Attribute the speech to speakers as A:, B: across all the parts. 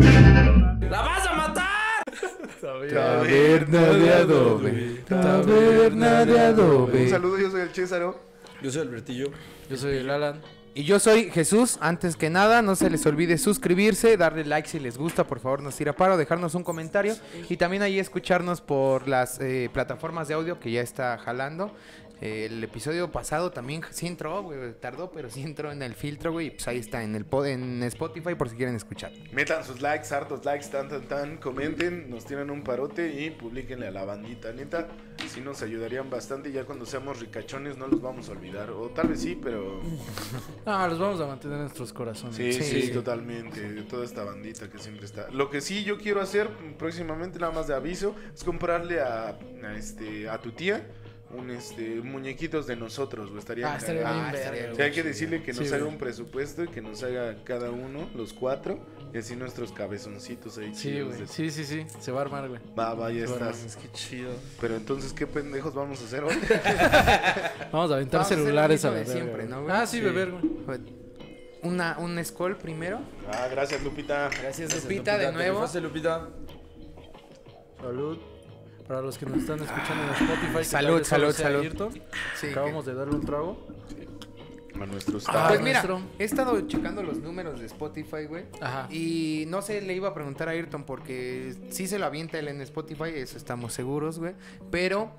A: ¡La vas a matar!
B: Taberna de adobe. Taberna de
C: Un
B: adobe.
C: saludo, yo soy el Césaro.
A: Yo soy Albertillo.
D: Yo soy el Alan.
B: Y yo soy Jesús. Antes que nada, no se les olvide suscribirse, darle like si les gusta, por favor, nos tira paro, dejarnos un comentario y también ahí escucharnos por las eh, plataformas de audio que ya está jalando. Eh, el episodio pasado también sí entró, güey, tardó, pero sí entró en el filtro, güey. y Pues ahí está, en el pod- en Spotify por si quieren escuchar.
C: Metan sus likes, hartos likes, tan, tan, tan. Comenten, nos tienen un parote y publiquenle a la bandita, neta. Sí nos ayudarían bastante. y Ya cuando seamos ricachones no los vamos a olvidar. O tal vez sí, pero...
D: No, Ah, los vamos a mantener en nuestros corazones.
C: Sí, sí,
B: Sí.
C: totalmente. De toda esta bandita que siempre está. Lo que sí yo quiero hacer próximamente, nada más de aviso, es comprarle a, a este, a tu tía un este, muñequitos de nosotros. güey, Estaría
D: Ah, estaría bien
C: cagado.
D: verga,
B: estaría
D: güey.
C: Sí, hay que decirle que nos
D: Sí,
C: haga
D: güey.
C: un presupuesto y que nos haga cada uno, los cuatro, y así nuestros cabezoncitos ahí.
D: Sí,
C: chidos
D: güey.
C: de-
D: Sí, sí, sí. Se va a armar, güey.
C: Va, va, ya
D: Bueno,
C: estás.
A: que chido.
C: Pero entonces, ¿qué pendejos vamos a hacer hoy?
D: Vamos a aventar
B: Vamos a hacer
D: celulares a
B: lo
D: la
B: mismo de
D: verga,
B: siempre,
D: güey.
B: ¿no, güey?
D: Ah, sí,
B: Sí.
D: beber, güey.
B: Una, un scroll primero.
C: ah, gracias, Lupita.
B: Gracias, Lupita, de nuevo.
A: Lupita.
D: Salud. Para los que nos están escuchando en Spotify. que
B: Salud,
D: tal vez solo
B: salud,
D: sea
B: salud.
D: Ayrton,
B: Sí,
D: Acabamos de darle un trago.
C: A nuestros
D: Ah,
B: pues
C: tacos.
B: mira,
D: nuestro.
B: he estado checando los números de Spotify, güey.
D: Ajá.
B: Y no sé, le iba a preguntar a Ayrton porque sí se lo avienta él en Spotify, eso estamos seguros, güey. Pero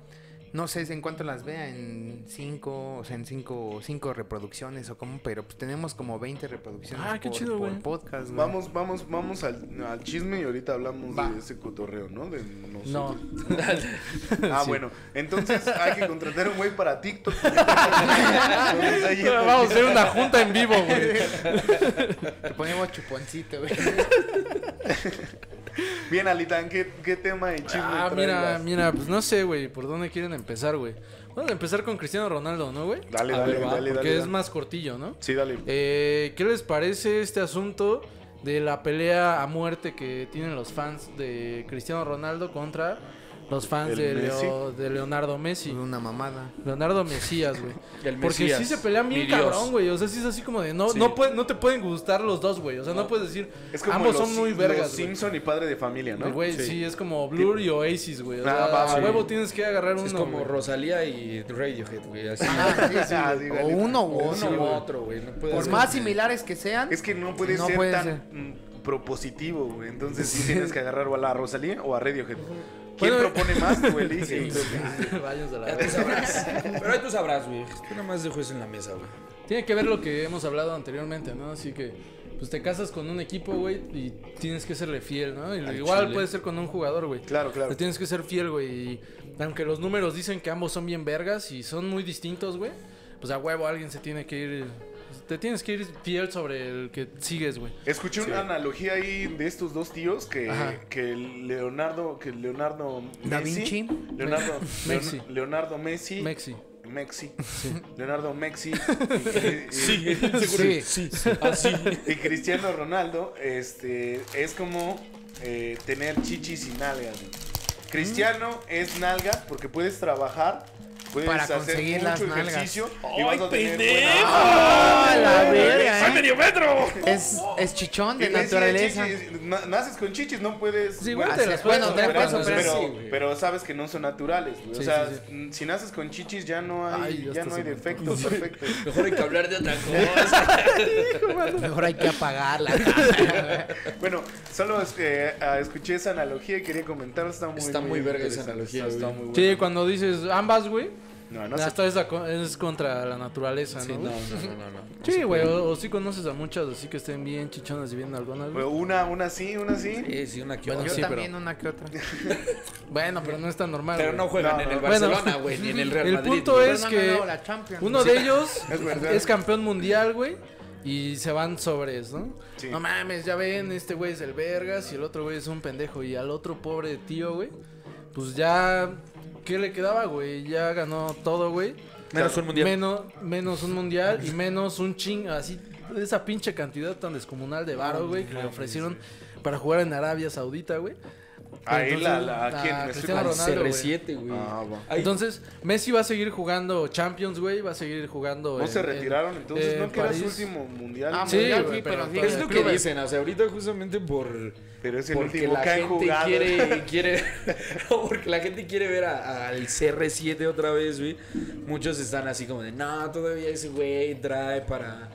B: no sé en cuánto las vea, en cinco, o sea, en cinco, cinco reproducciones o cómo, pero pues tenemos como 20 reproducciones
D: Ah, qué
B: por,
D: chido,
B: por
D: güey.
B: podcast, güey.
C: Vamos, vamos, vamos al, al chisme y ahorita hablamos
B: Va.
C: de ese cotorreo, ¿no? De
D: No.
C: nosotros. Ah, bueno. Entonces hay que contratar un güey para TikTok. Entonces, ahí-
D: Vamos a hacer una junta en vivo, güey.
B: Te ponemos chuponcito, güey.
C: Bien, Alitán, ¿qué, qué tema de chisme
D: Ah, mira,
C: traigas?
D: mira, pues no sé, güey, por dónde quieren empezar, güey. Vamos a empezar con Cristiano Ronaldo, ¿no, güey?
C: Dale,
A: A
C: dale,
A: ver, va,
C: dale,
D: Porque
C: dale,
D: es
C: dale.
D: más cortillo, ¿no?
C: Sí, dale.
D: Eh, ¿Qué les parece este asunto de la pelea a muerte que tienen los fans de Cristiano Ronaldo contra los fans
C: ¿El
D: de,
C: Messi?
D: Leo- de Leonardo Messi?
B: Una mamada.
D: Leonardo Mesías, güey.
A: El
D: Porque
A: Mesías,
D: sí se pelean bien
A: mi Dios.
D: cabrón, güey. O sea, sí es así como de no,
A: Sí.
D: no, puede- no te pueden gustar los dos, güey. O sea, no, puedes decir
C: Es como
D: ambos
C: los
D: son muy
C: Sim-
D: vergas,
C: los
D: güey.
C: Simpson y padre de familia, ¿no?
D: Güey, sí. es como Blur y Oasis, güey. O
C: Ah,
D: sea,
C: va,
D: a
C: sí.
D: huevo tienes que agarrar uno.
A: Es como
D: güey.
A: Rosalía y Radiohead, güey. Así.
B: Ah, sí, sí,
C: Ah, sí,
B: o
C: güey.
B: uno
A: O
B: o
A: uno
B: uno,
A: u
B: güey.
A: otro, güey. No puede
B: Por
A: ser.
B: más similares que sean.
C: Es que no puede
B: No
C: ser
B: puede
C: tan
B: ser.
C: mm, propositivo, güey. Entonces sí tienes que agarrar o a la Rosalía o a Radiohead. ¿Quién
D: Bueno,
C: propone más? Tú eliges.
D: Váyanse a la
A: Ya
D: verga.
A: tú sabrás. Pero ahí tú sabrás, güey. Tú nada más dejo eso en la mesa, güey.
D: Tiene que ver lo que hemos hablado anteriormente, ¿no? Así que, pues te casas con un equipo, güey, y tienes que serle fiel, ¿no? Y
A: Al
D: igual
A: chile.
D: puede ser con un jugador, güey.
C: Claro, claro.
D: Le tienes que ser fiel, güey. Y aunque los números dicen que ambos son bien vergas y son muy distintos, güey, pues a huevo alguien se tiene que ir. Te tienes que ir fiel sobre el que sigues, güey.
C: Escuché una analogía ahí de estos dos tíos que,
D: Ajá.
C: que Leonardo, que Leonardo
B: Da
C: Messi,
B: Vinci.
C: Leonardo,
D: Mexi.
C: Leon- Leonardo Messi,
D: Mexi.
C: Mexi, Leonardo Mexi, y- y-
B: Sí.
A: Sí, así.
C: y Cristiano Ronaldo, este, es como eh, tener chichis sin nalgas. güey. Cristiano es nalga porque puedes trabajar, puedes
B: Para
C: hacer
B: conseguir
C: mucho
B: las nalgas.
C: ejercicio y vas a tener
B: ¡Ah, la verga,
A: ¡Soy
B: eh!
A: medio metro!
B: Es, es chichón de
C: Y decía,
B: naturaleza.
C: chichis, na- naces con chichis, no puedes.
D: Sí, Pues igual
C: Bueno,
D: te las puedes
B: bueno,
D: operar,
B: después
D: ¿no?
C: pero,
B: operas.
A: sí, güey.
C: pero sabes que no son naturales, güey.
D: Sí,
C: o sea,
D: sí,
C: mm, si naces con chichis ya no hay,
D: Ay, ya
C: ya
D: está
C: no hay
D: su-
C: defectos perfectos.
A: Mejor hay que hablar de otra cosa.
B: Mejor hay que apagarla.
C: bueno, solo eh, ah, escuché esa analogía y quería comentar, está muy
A: Está muy verga esa
C: interesante,
A: analogía,
C: está
A: güey.
C: muy buena.
D: Sí, cuando dices ambas, güey,
C: No, no sé.
D: hasta esa co- es contra la naturaleza,
A: Sí,
D: ¿no?
A: no, no, no, no. no.
D: Sí, güey, o, o sí conoces a muchas así que estén bien chichonas y bien algunas,
C: Pero Una, una sí, una sí.
A: Sí, sí, una que
D: Bueno,
A: otra.
B: Yo
D: sí, pero-
B: también una que otra.
D: Bueno, pero no es tan normal.
A: Pero
D: güey.
A: no juegan
C: No,
A: en
C: no.
A: el
D: Bueno,
A: Barcelona, güey, ni en el Real
D: el
A: Madrid.
D: punto
A: güey.
D: es- que Uno de ellos
C: Es verdad.
D: es campeón mundial, güey. Y se van sobres, ¿no?
C: Sí.
D: No mames, ya ven, este güey es el vergas y el otro güey es un pendejo. Y al otro pobre tío, güey, pues ya. ¿Qué le quedaba, güey? Ya ganó todo, güey.
A: Menos un mundial.
D: Menos, menos un mundial y menos un ching, así esa pinche cantidad tan descomunal de varo, güey, que le ofrecieron para jugar en Arabia Saudita, güey.
C: A él,
D: Entonces,
C: a, la- a
D: a
C: quién me estoy
D: Cristiano
A: Al
C: confundiendo.
D: Ronaldo, güey.
A: CR7, güey.
C: Ah, va.
A: Ahí-
D: Entonces, Messi va a seguir jugando Champions, güey, va a seguir jugando.
C: No
D: pues, en-
C: se
D: en-
C: retiraron, entonces
D: en
C: no que era su
D: París.
C: último mundial.
B: Ah,
D: Sí,
B: mundial,
D: güey,
B: sí,
D: pero
B: pero sí,
D: todo
A: es
B: de
A: lo que
B: clubes.
A: dicen, o sea, ahorita justamente por...
C: Pero es el
A: Porque
C: último
A: la
C: que han
A: gente
C: jugado.
A: quiere, quiere no, porque la gente quiere ver a- al CR7 otra vez, güey. Muchos están así como de, no, todavía ese güey trae para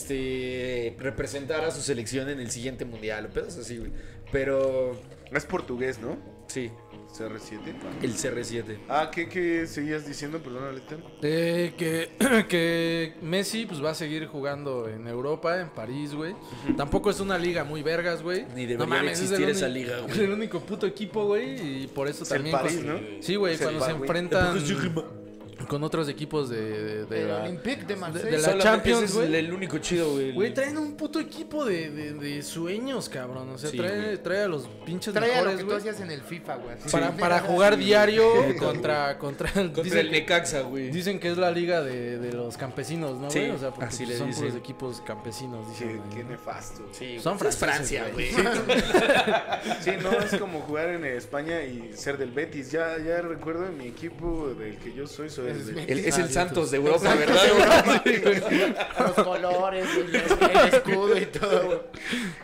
A: este representar a su selección en el siguiente mundial, o pedos así, güey. Pero
C: Es portugués, ¿no?
A: sí,
C: CR7.
A: el CR7.
C: Ah, ¿qué, qué seguías diciendo? Perdón, Aleta.
D: Eh, que, que Messi pues va a seguir jugando en Europa, en París, güey. Tampoco es una liga muy vergas, güey.
A: Ni debería existir esa liga, güey.
D: Es el único puto equipo, güey. Y por eso
C: Es el
D: también.
C: París,
D: cuando-
C: ¿no?
D: Sí, güey.
C: Es el
D: Cuando se
C: París.
D: enfrentan con otros equipos de, de- de
B: El
D: la-
B: Olympique de Marsella.
D: de la
A: Solamente
D: Champions,
A: ese es
D: güey.
A: el único chido, güey.
D: Güey, traen un puto equipo de, de- de sueños, cabrón. O sea,
A: Sí,
D: trae,
A: güey.
D: trae a los pinches
B: Trae a lo
D: mejores,
B: que tú
D: güey.
B: hacías en el FIFA, güey. así.
D: Para,
B: Sí.
D: para jugar diario contra, contra,
A: Contra
D: dicen
A: el
D: que-
A: Necaxa, güey.
D: Dicen que es la liga de, de los campesinos, ¿no, güey?
A: Sí,
D: o sea, porque
A: así
D: pues,
A: le
D: son
A: dicen.
D: puros equipos campesinos,
C: Qué,
D: dicen.
C: qué
D: güey.
C: nefasto. Sí.
D: Son
A: Pues es
D: franceses,
A: Francia, güey.
C: no, es como jugar en España y ser del Betis. Ya, ya recuerdo en mi equipo del que yo soy, soy del Betis.
A: El- es el
D: Ah,
A: Santos de Europa, ¿verdad? güey?
B: Los colores, güey, el escudo y todo, güey.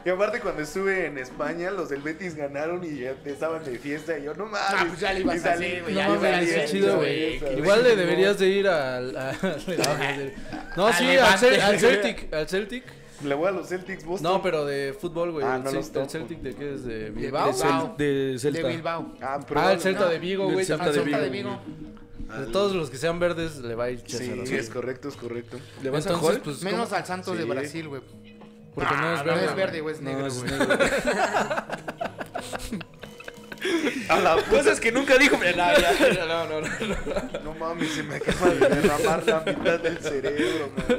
C: Y aparte cuando estuve en España, los del Betis ganaron y ya estaban de fiesta. Y yo, no mames.
B: Ah, pues ya le ibas
C: Y
B: a
C: salí-
B: hacer, güey,
C: y
B: ya
C: salí
B: le ibas a
C: bien
B: hacer,
C: chido,
B: güey.
C: salí
D: Igual le
C: chingón.
D: deberías de ir al... a- no,
B: Al
D: sí, al,
B: Levante.
D: Cel- al Celtic. Al Celtic.
C: Le voy a los Celtics Boston.
D: No, pero de fútbol, güey.
C: Ah,
D: el,
C: no
D: Cel-
C: los topo.
D: el Celtic de qué es? De
B: De
D: Bilbao.
B: Bilbao.
A: De
B: De Bilbao.
C: Ah, pero
D: Ah, el
C: bueno,
D: Celta
B: No,
D: de Vigo,
A: del
D: güey.
A: Celta
D: también.
A: de
B: Celta de
A: Vigo.
B: Vigo.
D: De todos los que sean verdes le va a ir Chelsea.
C: Sí, es correcto, es correcto.
A: ¿Le vas a
D: Entonces,
A: Hall?
D: pues,
B: Menos
D: ¿cómo?
B: al Santos de
C: Sí.
B: Brasil, güey. Ah,
D: Porque no es
B: No
D: verde.
B: es verde, güey, es
A: No,
B: negro,
A: es
B: güey.
A: negro.
C: A la puta,
A: Cosas que nunca dijo. pero No, ya, no, no, no.
C: no mames, se me acaba de derramar la mitad del cerebro, man.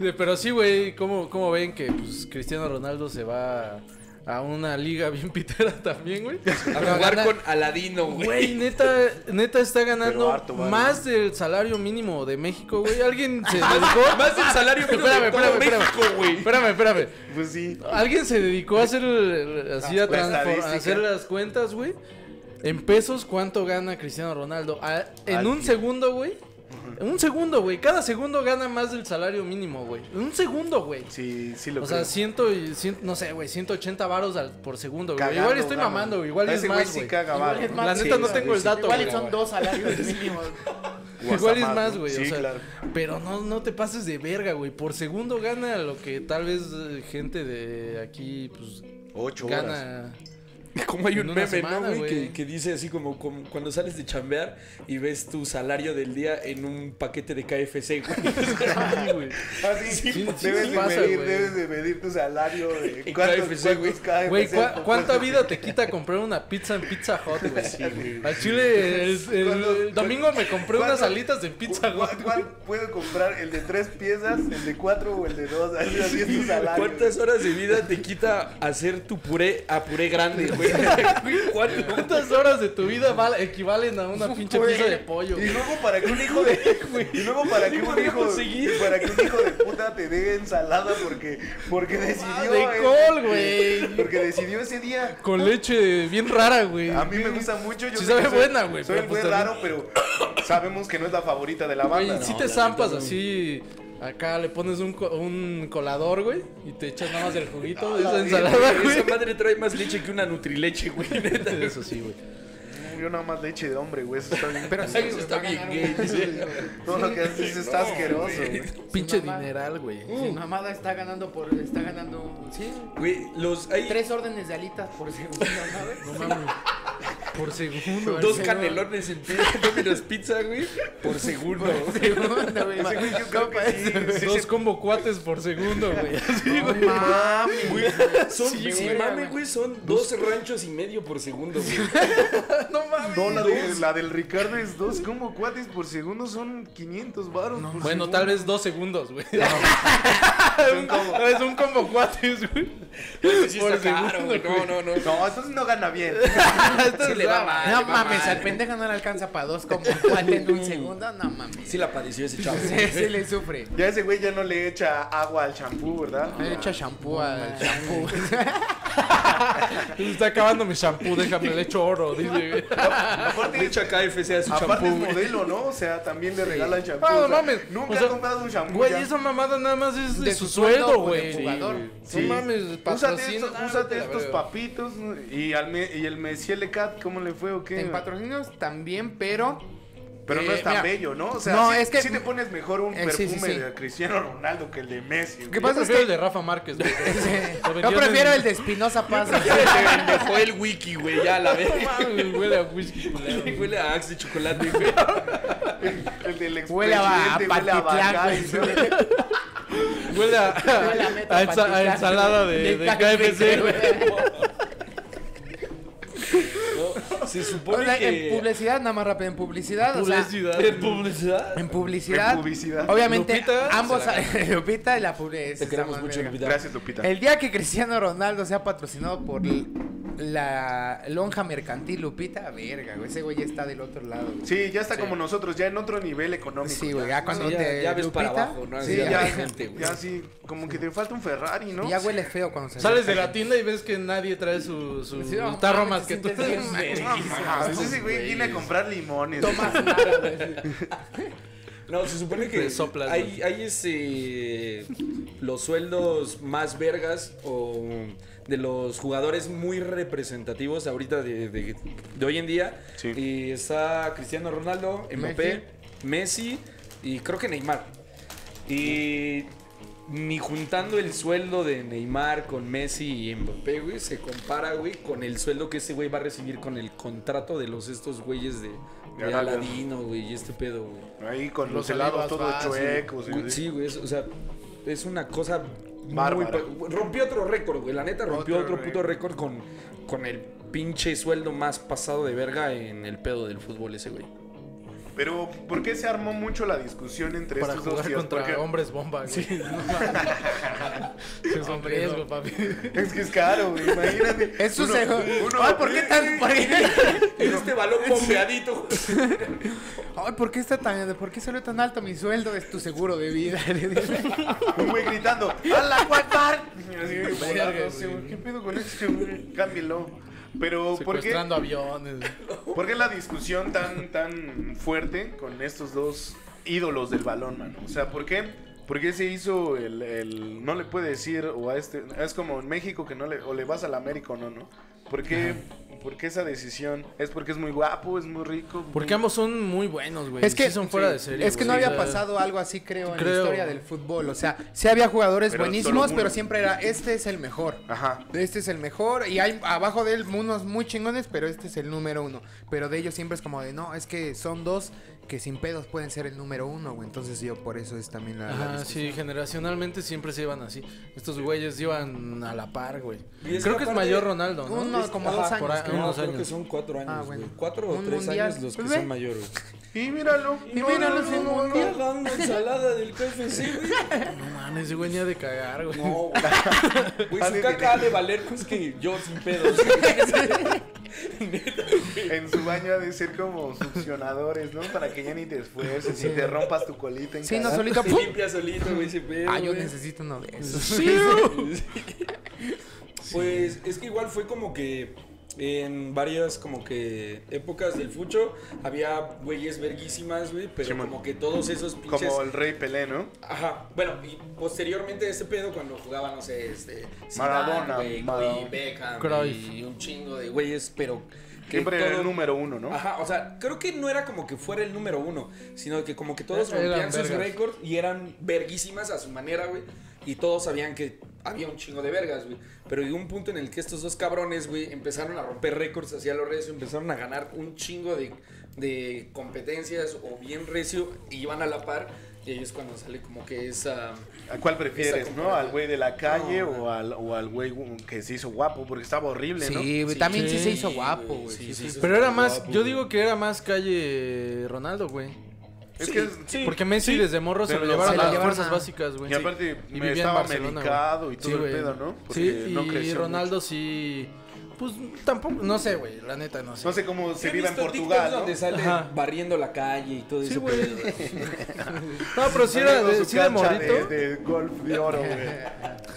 D: Sí, Pero sí, güey, ¿cómo, cómo ven que pues, Cristiano Ronaldo se va a una liga bien pitera también, güey? Pues,
A: A jugar con Aladino, güey.
D: Güey, neta, neta está ganando
C: Pero harto, vale.
D: más del salario mínimo de México, güey. ¿Alguien se dedicó?
A: Más el salario mínimo de
D: Espérame,
A: todo
D: espérame, espérame.
A: México, güey.
D: Espérame, espérame.
C: Pues sí.
D: ¿Alguien se dedicó a hacer el- el- así a,
C: La
D: transfor- a
C: estadística.
D: hacer las cuentas, güey? En pesos, ¿cuánto gana Cristiano Ronaldo? A- en
C: Al
D: un
C: día.
D: segundo, güey. En un segundo, güey. Cada segundo gana más del salario mínimo, güey. En un segundo, güey.
C: Sí, sí lo
D: O
C: creo.
D: sea, ciento y cien- no sé, güey, 180 varos al- por segundo, güey.
C: Cagando,
D: Igual estoy
C: gana.
D: mamando, güey. Igual
C: A
D: es
C: ese
D: más,
C: sí
D: güey.
C: caga
B: Igual
C: varo.
B: es más,
D: La neta
B: sí,
D: no
B: sí,
D: tengo el
B: sí.
D: dato,
B: Igual
D: güey.
B: son dos salarios mínimos.
D: Igual es
C: Guasamás,
D: más,
C: ¿no?
D: güey.
C: Sí,
D: o sea,
C: claro.
D: Pero no, no te pases de verga, güey. Por segundo gana lo que tal vez eh, gente de aquí, pues,
C: Ocho horas.
D: gana.
A: Como hay
D: En
A: un
D: una
A: meme,
D: semana,
A: ¿no, güey?
D: güey.
A: Que, que dice así como, como cuando sales de chambear y ves tu salario del día en un paquete de KFC, güey.
D: Sí, güey.
C: Ah, sí,
D: sí,
C: debes
D: sí
C: de
D: pasa,
C: medir,
D: güey.
C: debes de medir tu salario de
A: En
C: cuántos,
A: KFC,
C: cuántos KFC.
D: Güey, ¿cuá- ¿cuánta vida te quita comprar una pizza en Pizza Hot, güey?
C: güey.
D: Al chile, el, el-
C: ¿Cuándo-
D: el domingo me compré
C: cuándo-
D: unas alitas en Pizza
C: ¿Cuál,
D: Hot.
C: cuál puedo comprar? ¿El de tres piezas, el de cuatro o el de dos? Así, así es tu salario.
A: ¿Cuántas horas de vida te quita hacer tu puré a puré grande, güey? ¿Cuánto?
D: ¿Cuántas horas de tu vida val- equivalen a una pinche
C: Güey,
D: pizza de pollo?
C: Y luego para que un hijo de y luego para que un
A: podía
C: hijo
A: conseguir.
C: para que un hijo de puta te dé ensalada porque porque
D: Ah,
C: decidió
D: de
C: eh,
D: col, güey.
C: porque decidió ese día.
D: Con leche bien rara, güey.
C: A mí me gusta mucho, yo
D: Sí
C: sé
D: sabe
C: que soy-
D: buena, güey,
C: Soy
D: pero
C: el güey
D: pues
C: raro, pero sabemos que no es la favorita de la
D: Güey,
C: banda.
D: si
C: ¿no?
D: te zampas así, acá le pones un, co- un colador, güey, y te echas nada más del juguito de esa ensalada,
A: Esa
D: güey.
A: madre trae más leche que una nutrileche, güey. neta.
D: Eso sí, güey.
C: Yo nada más leche de hombre, güey, eso está bien.
B: Pero sí,
A: Eso está bien gay. dice.
C: todo lo que haces está asqueroso, güey.
D: Pinche
B: mamá.
D: dineral, güey.
B: Mi mamada está ganando por. Está ganando. Sí.
A: Güey, los... Hay
B: Tres órdenes de alitas por segundo, ¿sabes?
D: No mames. Por segundo.
A: dos canelones en pizza, Domino's Pizza, güey, por segundo.
B: Segundo, güey.
C: Ese güey yo creo que sí, sí
D: Dos
C: se-
D: combo cuates por segundo, güey.
B: No mames.
A: Güey, son,
B: Sí,
A: sin
B: güey.
A: mame, güey, son dos ranchos y medio por segundo, güey.
D: No mames.
C: No, la, de- la del Ricardo es dos como cuates por segundo, son 500 varos por
D: Bueno,
C: segundo.
D: tal vez dos segundos, güey. Un- Es un combo cuates, güey.
A: Eso sí
D: Por
A: está caro,
D: segundo,
A: güey. No, no, no.
C: No, entonces no gana bien.
A: Sí, le va mal.
B: No
A: le va
B: mames,
A: mal.
B: al pendejo no le alcanza para dos como cuatro en un segundo. No mames.
A: Sí la padeció ese chavo.
B: Se, se le sufre.
C: Ya ese güey ya no le echa agua al champú, ¿verdad?
B: Le echa shampoo al shampoo.
D: Se está acabando mi shampoo, déjame, le echo oro. Dice, güey.
A: Le
C: Aparte,
A: echa KFC a su
C: aparte es
A: champú. güey.
C: modelo, ¿no? O sea, también le regalan champú.
D: Ah,
C: o
D: no
C: sea,
D: mames.
C: Nunca
D: O sea,
C: ha comprado un champú.
D: Güey,
C: ya.
D: esa mamada nada más es de,
B: De
D: su
B: su sueldo
D: sueldo,
B: o
D: güey.
B: del jugador.
D: Sí. No mames,
C: Úsate,
D: patrocina.
C: estos, úsate estos papitos y, al me- y el Monsieur Lecat, ¿cómo le fue o qué?
B: En patrocinios también, pero.
C: Pero no
B: eh,
C: es tan
B: mira,
C: bello, ¿no? O sea,
B: no,
C: sí,
B: es que-
C: sí te pones mejor un
B: Eh, sí,
C: perfume
B: sí, sí.
C: de Cristiano Ronaldo que el de Messi.
B: ¿Qué
C: güey.
B: pasa?
D: Yo
B: es
D: prefiero el de Rafa Márquez, güey. Lo
B: Yo
D: vendían
B: prefiero
D: en-
B: el de Espinosa Paz.
A: Se dejó el wiki, güey, ya la
D: No
A: ve.
D: mames, huele a whisky, culero.
A: Huele a Axe de chocolate, güey.
C: El del expresidente,
B: Huele a Patitlán,
C: Bacay, ¿no?
B: güey.
D: Huele a,
E: Huele a meta
D: a ensa- a
E: patitlán.
D: ensalada de, de KFC, güey.
A: No, se
B: O
A: supone
B: sea,
A: que...
B: en publicidad, nada más rápido, en publicidad. o sea,
A: ¿En publicidad?
B: en publicidad.
C: En publicidad.
B: Obviamente,
D: Lupita,
B: ambos.
D: se la
B: Lupita y la publicidad.
A: Te queremos mucho, Lupita.
C: Gracias, Lupita.
B: El día que Cristiano Ronaldo sea patrocinado por l- la lonja mercantil Lupita, verga, güey. Ese güey ya está del otro lado. güey.
C: Sí, ya está como nosotros, ya en otro nivel económico.
B: Sí, güey, ya cuando
A: Sí, ya-
B: te.
A: ya ves para
B: Lupita,
A: abajo, ¿no?
B: Sí,
A: Ya
B: ya,
C: ya,
A: ves gente, güey.
C: ya sí, como que te falta un Ferrari, ¿no?
B: ya huele feo cuando se.
D: Sales de la tienda y ves que nadie trae su, su
B: Sí, no,
D: tarro
B: mames,
D: más
B: te
D: que tú.
B: sientes bien
C: pues, No mames, ese güey viene a comprar limones.
B: Tomas nada, güey.
A: No, se supone que
D: Te soplas,
A: hay, hay ese, los sueldos más vergas o de los jugadores muy representativos ahorita de, de- de hoy en día.
C: Sí.
A: Y está Cristiano Ronaldo, Mbappé, Messi y creo que Neymar. Y ni juntando el sueldo de Neymar con Messi y Mbappé, güey, se compara, güey, con el sueldo que ese güey va a recibir con el contrato de los estos güeyes de,
C: De
A: de
C: Arabia.
A: Aladino, güey, y este pedo, güey.
C: Ahí con los,
B: Los
C: helados
B: olivas
C: todos
B: fácil.
C: chuecos.
A: Güey, Sí, güey, es- o sea, es una cosa muy
C: Bárbara.
A: pa- rompió otro récord, güey. La neta rompió otro,
C: Otro
A: puto récord con, con el pinche sueldo más pasado de verga en el pedo del fútbol ese, güey.
C: Pero, ¿por qué se armó mucho la discusión entre
D: Para
C: estos dos
D: jugar
C: tíos?
D: contra
C: Porque-
D: hombres bomba, güey. Sí, es un riesgo, papi.
C: Es que es caro, güey, imagínate.
B: Es su
C: Uno-
B: cejo.
C: uno- eh,
B: Ay, ¿por qué tan.? ¿Por qué?
A: Este balón bombeadito.
B: Ay, ¿por qué está tan.? ¿Por qué salió tan alto mi sueldo? Es tu seguro de vida. le dice.
C: Un güey gritando, ¡Hala, Akbar! Y así, volando, así,
D: güey.
C: güey, ¿Qué pedo con este güey? Cámbielo. Pero, ¿por qué,
D: Secuestrando aviones.
C: por qué la discusión tan, tan fuerte con estos dos ídolos del balón, mano? O sea, ¿por qué? ¿Por qué se hizo el, el no le puede decir o a este es como en México que no le o le vas al América o no, ¿no? ¿Por qué, por qué esa decisión? ¿Es porque es muy guapo, es muy rico?
D: Porque ambos son muy buenos, güey.
B: Es que,
D: Sí son fuera
B: sí.
D: de serie.
B: es que no
D: güey.
B: había
D: O sea,
B: pasado algo así, creo, en la
D: creo.
B: historia del fútbol. O sea, sí había jugadores
C: Pero solo
B: buenísimos,
C: uno.
B: pero siempre era, este es el mejor.
C: Ajá.
B: Este es el mejor. Y hay abajo de él unos muy chingones, pero este es el número uno. Pero de ellos siempre es como de, no, es que son dos que sin pedos pueden ser el número uno, güey. Entonces yo por eso es también la... la
D: Ajá,
B: discusión.
D: sí, generacionalmente siempre se iban así. Estos güeyes iban a la par, güey.
A: Y es
D: Creo
A: que
D: que es
A: aparte-
D: mayor Ronaldo, ¿no?
B: Uno, como
D: Ajá,
B: dos
D: por
B: años,
D: ahí,
B: creo.
D: unos
A: creo
D: años.
A: que son cuatro años,
B: Ah, bueno.
A: güey. Cuatro o
B: Un
A: tres
B: mundial.
A: años los que
B: Pues ve.
A: son mayores.
C: Y míralo.
B: Y míralo, sí, no, no.
A: Una ensalada del KFC, güey.
D: No mames, ese güey ni ha de cagar, güey.
A: No, güey. Güey, su caca ha de valer pues que yo sin pedos.
C: En su baño ha de ser como succionadores, ¿no? Para que ya ni te esfuerces y te rompas tu colita en
B: Sí, no
C: cada-
B: solito...
A: Se
B: ¡pum!
A: limpia solito, güey, ese pedo.
B: Ah, yo
A: güey.
B: necesito uno de esos.
A: Pues es que igual fue como que en varias como que épocas del fucho había güeyes verguísimas, güey, pero
C: Simón.
A: como que todos esos pinches
C: Como el rey Pelé, ¿no?
A: Ajá, bueno, y posteriormente a ese pedo cuando jugaban, no sé, este...
C: Maradona,
A: güey,
C: Maradona.
A: y Beckham,
D: Cruyff.
A: y un chingo de güeyes, pero... que
C: Siempre era el
A: todo- Ah,
C: número uno, ¿no?
A: Ajá, o sea, creo que no era como que fuera el número uno, sino que como que todos
D: Eran
A: rompían sus
D: vergas.
A: récords y eran verguísimas a su manera, güey. Y todos sabían que había un chingo de vergas, güey. Pero llegó un punto en el que estos dos cabrones, güey, empezaron a romper récords hacia lo recio, empezaron a ganar un chingo de, de competencias o bien recio y iban a la par. Y ahí es cuando sale como que esa...
C: ¿A cuál prefieres,
A: Esa
C: no? ¿Al güey de la calle
A: No,
C: o, al, o al güey que se hizo guapo? Porque estaba horrible, ¿no?
B: Sí, güey, también sí,
D: Sí,
B: se hizo guapo, güey.
A: Sí, sí, sí.
D: Pero era más,
A: Guapo,
D: yo
A: güey.
D: digo que era más calle Ronaldo, güey.
C: Es que...
D: Porque Messi desde morro se
C: Pero
D: lo
C: lo-
D: llevaron
B: se
D: a
B: lo
D: las
B: llevaron
D: fuerzas
B: a-
D: básicas, güey.
C: Y aparte,
D: Sí.
C: me
D: vivía en
C: estaba
D: Barcelona, güey.
C: medicado y todo el
D: güey.
C: pedo, ¿no? Porque
D: Sí,
C: no
D: y
C: creció
D: Ronaldo sí. Pues tampoco, no sé, güey, la neta, no sé.
C: No sé cómo se
A: Yo he
C: vive en
A: visto TikToks
C: Portugal. ¿no?
A: donde sale
D: Ajá.
A: barriendo la calle y todo
D: Sí,
A: ese
D: güey.
A: pedo.
D: No, pero sí era
C: Saliendo
D: de,
C: su
D: sí de
C: cancha
D: morrito.
C: De, de golf de oro, güey.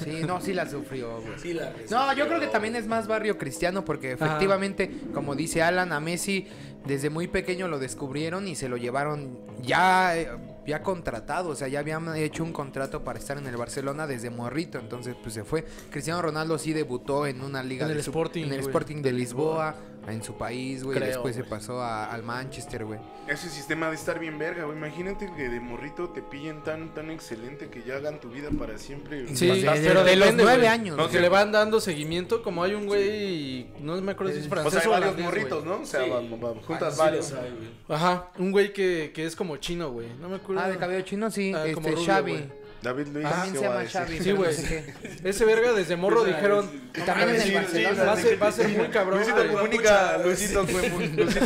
B: Sí, no, sí la sufrió, güey.
A: Sí, la res-
B: No, yo creo que también es más barrio cristiano porque
D: Ajá.
B: efectivamente, como dice Alan, a Messi desde muy pequeño lo descubrieron y se lo llevaron ya, eh, ya contratado, o sea, ya habían hecho un contrato para estar en el Barcelona desde morrito, entonces pues se fue. Cristiano Ronaldo sí debutó en una liga
D: En el
B: de su-
D: Sporting,
B: en el
D: güey.
B: Sporting de Lisboa, en su país, güey, y
D: Creo,
B: después se
D: güey.
B: pasó a- al Manchester, güey.
C: Ese sistema de estar bien verga, güey. Imagínate que de morrito te pillen tan, tan excelente que ya hagan tu vida para siempre.
D: Sí,
B: Desde-
D: pero
B: de,
D: depende,
B: los nueve
D: güey.
B: años.
C: No,
B: güey.
D: Que le van dando seguimiento, como hay un güey, no me acuerdo si
B: Eh,
D: es
C: O
D: francés
C: sea, Pues hay
D: o
C: varios
D: holandés,
C: morritos,
D: güey.
C: ¿no? O sea,
A: Sí.
C: va- va-
A: Ah,
C: juntas
A: sí
C: varios.
A: los hay, güey.
D: Ajá, un güey que, que es como chino, güey. No me acuerdo.
B: Ah, de cabello chino, sí,
D: Ah, como
B: este,
D: rubio,
B: Xavi.
D: güey.
C: David Luis.
D: Ah,
B: También
C: ¿qué
B: se
C: va a
B: llama
C: decir?
B: Xavi,
D: Sí,
B: pero no
D: güey.
B: sé qué.
D: Ese verga desde morro dijeron.
B: Y también en el
C: Sí, sí,
B: Barcelona.
D: Va a ser, va a ser muy cabrón.
C: Luisito
D: güey.
C: comunica, Luisito, Comu- Luisito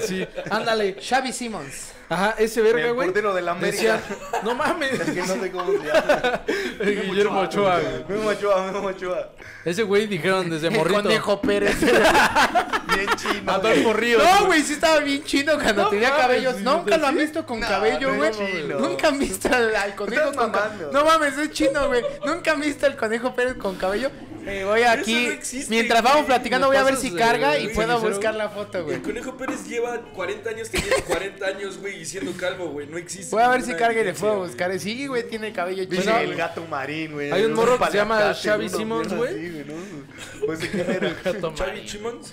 D: Sí, ándale.
B: Xavi Simmons.
D: Ajá, ese verga,
C: El
D: güey.
C: portero de la América.
D: Decía, no mames.
C: Es que no sé cómo se llama.
D: Guillermo Ochoa, güey.
C: Memo Ochoa, Memo Ochoa.
D: Ese güey dijeron desde morrito.
B: Conejo Pérez.
C: Bien chino.
D: Adolfo
C: güey.
D: Ríos.
B: No, güey, sí estaba bien chino cuando
D: No
B: tenía
D: mames,
B: cabellos.
D: sí,
B: Nunca lo han
D: ¿sí?
B: visto con
C: No,
B: cabello,
C: no,
B: güey.
C: chino.
B: Nunca han visto al, al conejo
C: Estás
B: con cabello.
C: mamando.
B: No mames, es chino, güey. Nunca han visto al conejo Pérez con cabello. Eh, voy aquí.
A: no existe,
B: Mientras vamos
A: güey.
B: platicando,
D: ¿Me
B: voy a ver
D: pasas,
B: si
D: eh,
B: carga y
D: un
B: puedo
D: cenicero?
B: buscar la foto, güey.
A: El Conejo Pérez lleva 40 años teniendo 40 años, güey, y siendo calvo, güey. No existe.
B: Voy a ver si
A: ninguna
B: carga y le
A: evidencia,
B: puedo
A: güey.
B: buscar. Sí, güey, tiene cabello
C: Dice
B: chino.
C: el gato marín, güey.
D: Hay un
C: Unos
D: morro que se llama
C: paliacates,
D: Xavi
C: unos
D: Simons,
C: mierdas
D: güey.
C: así, ¿no? Pues de quién era.
A: Chavi Chimons.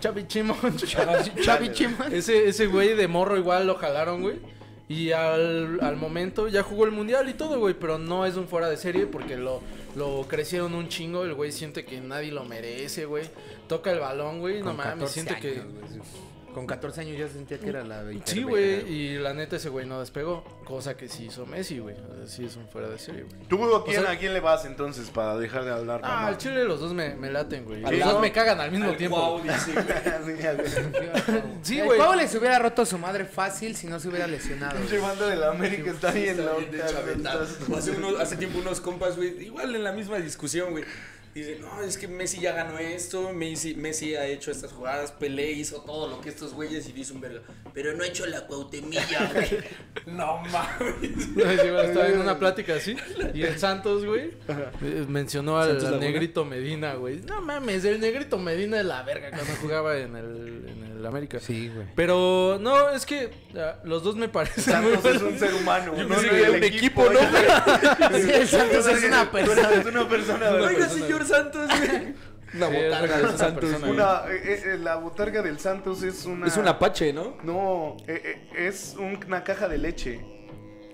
D: Chavi Chimón.
B: Xavi Chimón.
D: Ese, ese güey de morro igual lo jalaron, güey. Y al, al momento ya jugó el mundial y todo, güey. Pero no es un fuera de serie porque lo, lo crecieron un chingo. El güey siente que nadie lo merece, güey. Toca el balón, güey. No
B: Con
D: mames,
B: 14
D: siente que.
B: años, güey. Con 14 años ya sentía que era la
D: Sí,
B: hiperverga,
D: güey. Y la neta, ese güey no despegó. Cosa que sí hizo Messi, güey. O sea, sí es un fuera de serie, güey.
C: ¿Tú a quién,
D: O sea-
C: a quién le vas entonces para dejar de hablar?
D: Ah,
C: mamá?
D: al chile los dos me, me laten, güey.
C: Al
D: Los dos
C: lado.
D: me cagan al mismo
A: Al
D: tiempo.
A: Cuau, dice, güey.
D: Sí,
B: El
D: güey.
B: Cuau les hubiera roto su madre fácil si no se hubiera lesionado. güey.
C: Pinche banda de la América está bien
A: Está
C: loca.
A: bien de chavetazos. hace, unos- hace tiempo unos compas, güey, igual en la misma discusión, güey. Dicen, no, es que Messi ya ganó esto, Messi, Messi ha hecho estas jugadas, Pelé hizo todo lo que estos güeyes y dice un verga. Pero no ha hecho la cuautemilla, güey. no mames.
D: Sí, güey, estaba en una plática así y el Santos, güey, eh, mencionó al,
A: ¿Santos
D: al
A: Laguna?
D: negrito Medina, güey. No mames, el negrito Medina es la verga cuando jugaba en el, en el América.
B: Sí, güey.
D: Pero no, es que ah, los dos me parecen muy
C: Santos es
D: buenos.
C: un ser humano.
D: Yo
C: güey.
D: pensé
C: No,
D: que
C: no,
D: era
C: el
D: un equipo, ¿no?
C: güey.
B: Sí, el Santos es una
C: Tú eres-
B: persona.
C: Es una persona, güey.
A: Oiga, señor Santos, güey. Una
D: Sí, es la
A: botarga
D: que es
A: de
D: una
A: Santos.
D: persona,
A: güey.
C: Una- eh, eh, la botarga del Santos es una.
A: Es un apache, ¿no?
C: No, eh, eh, es un- una caja de leche.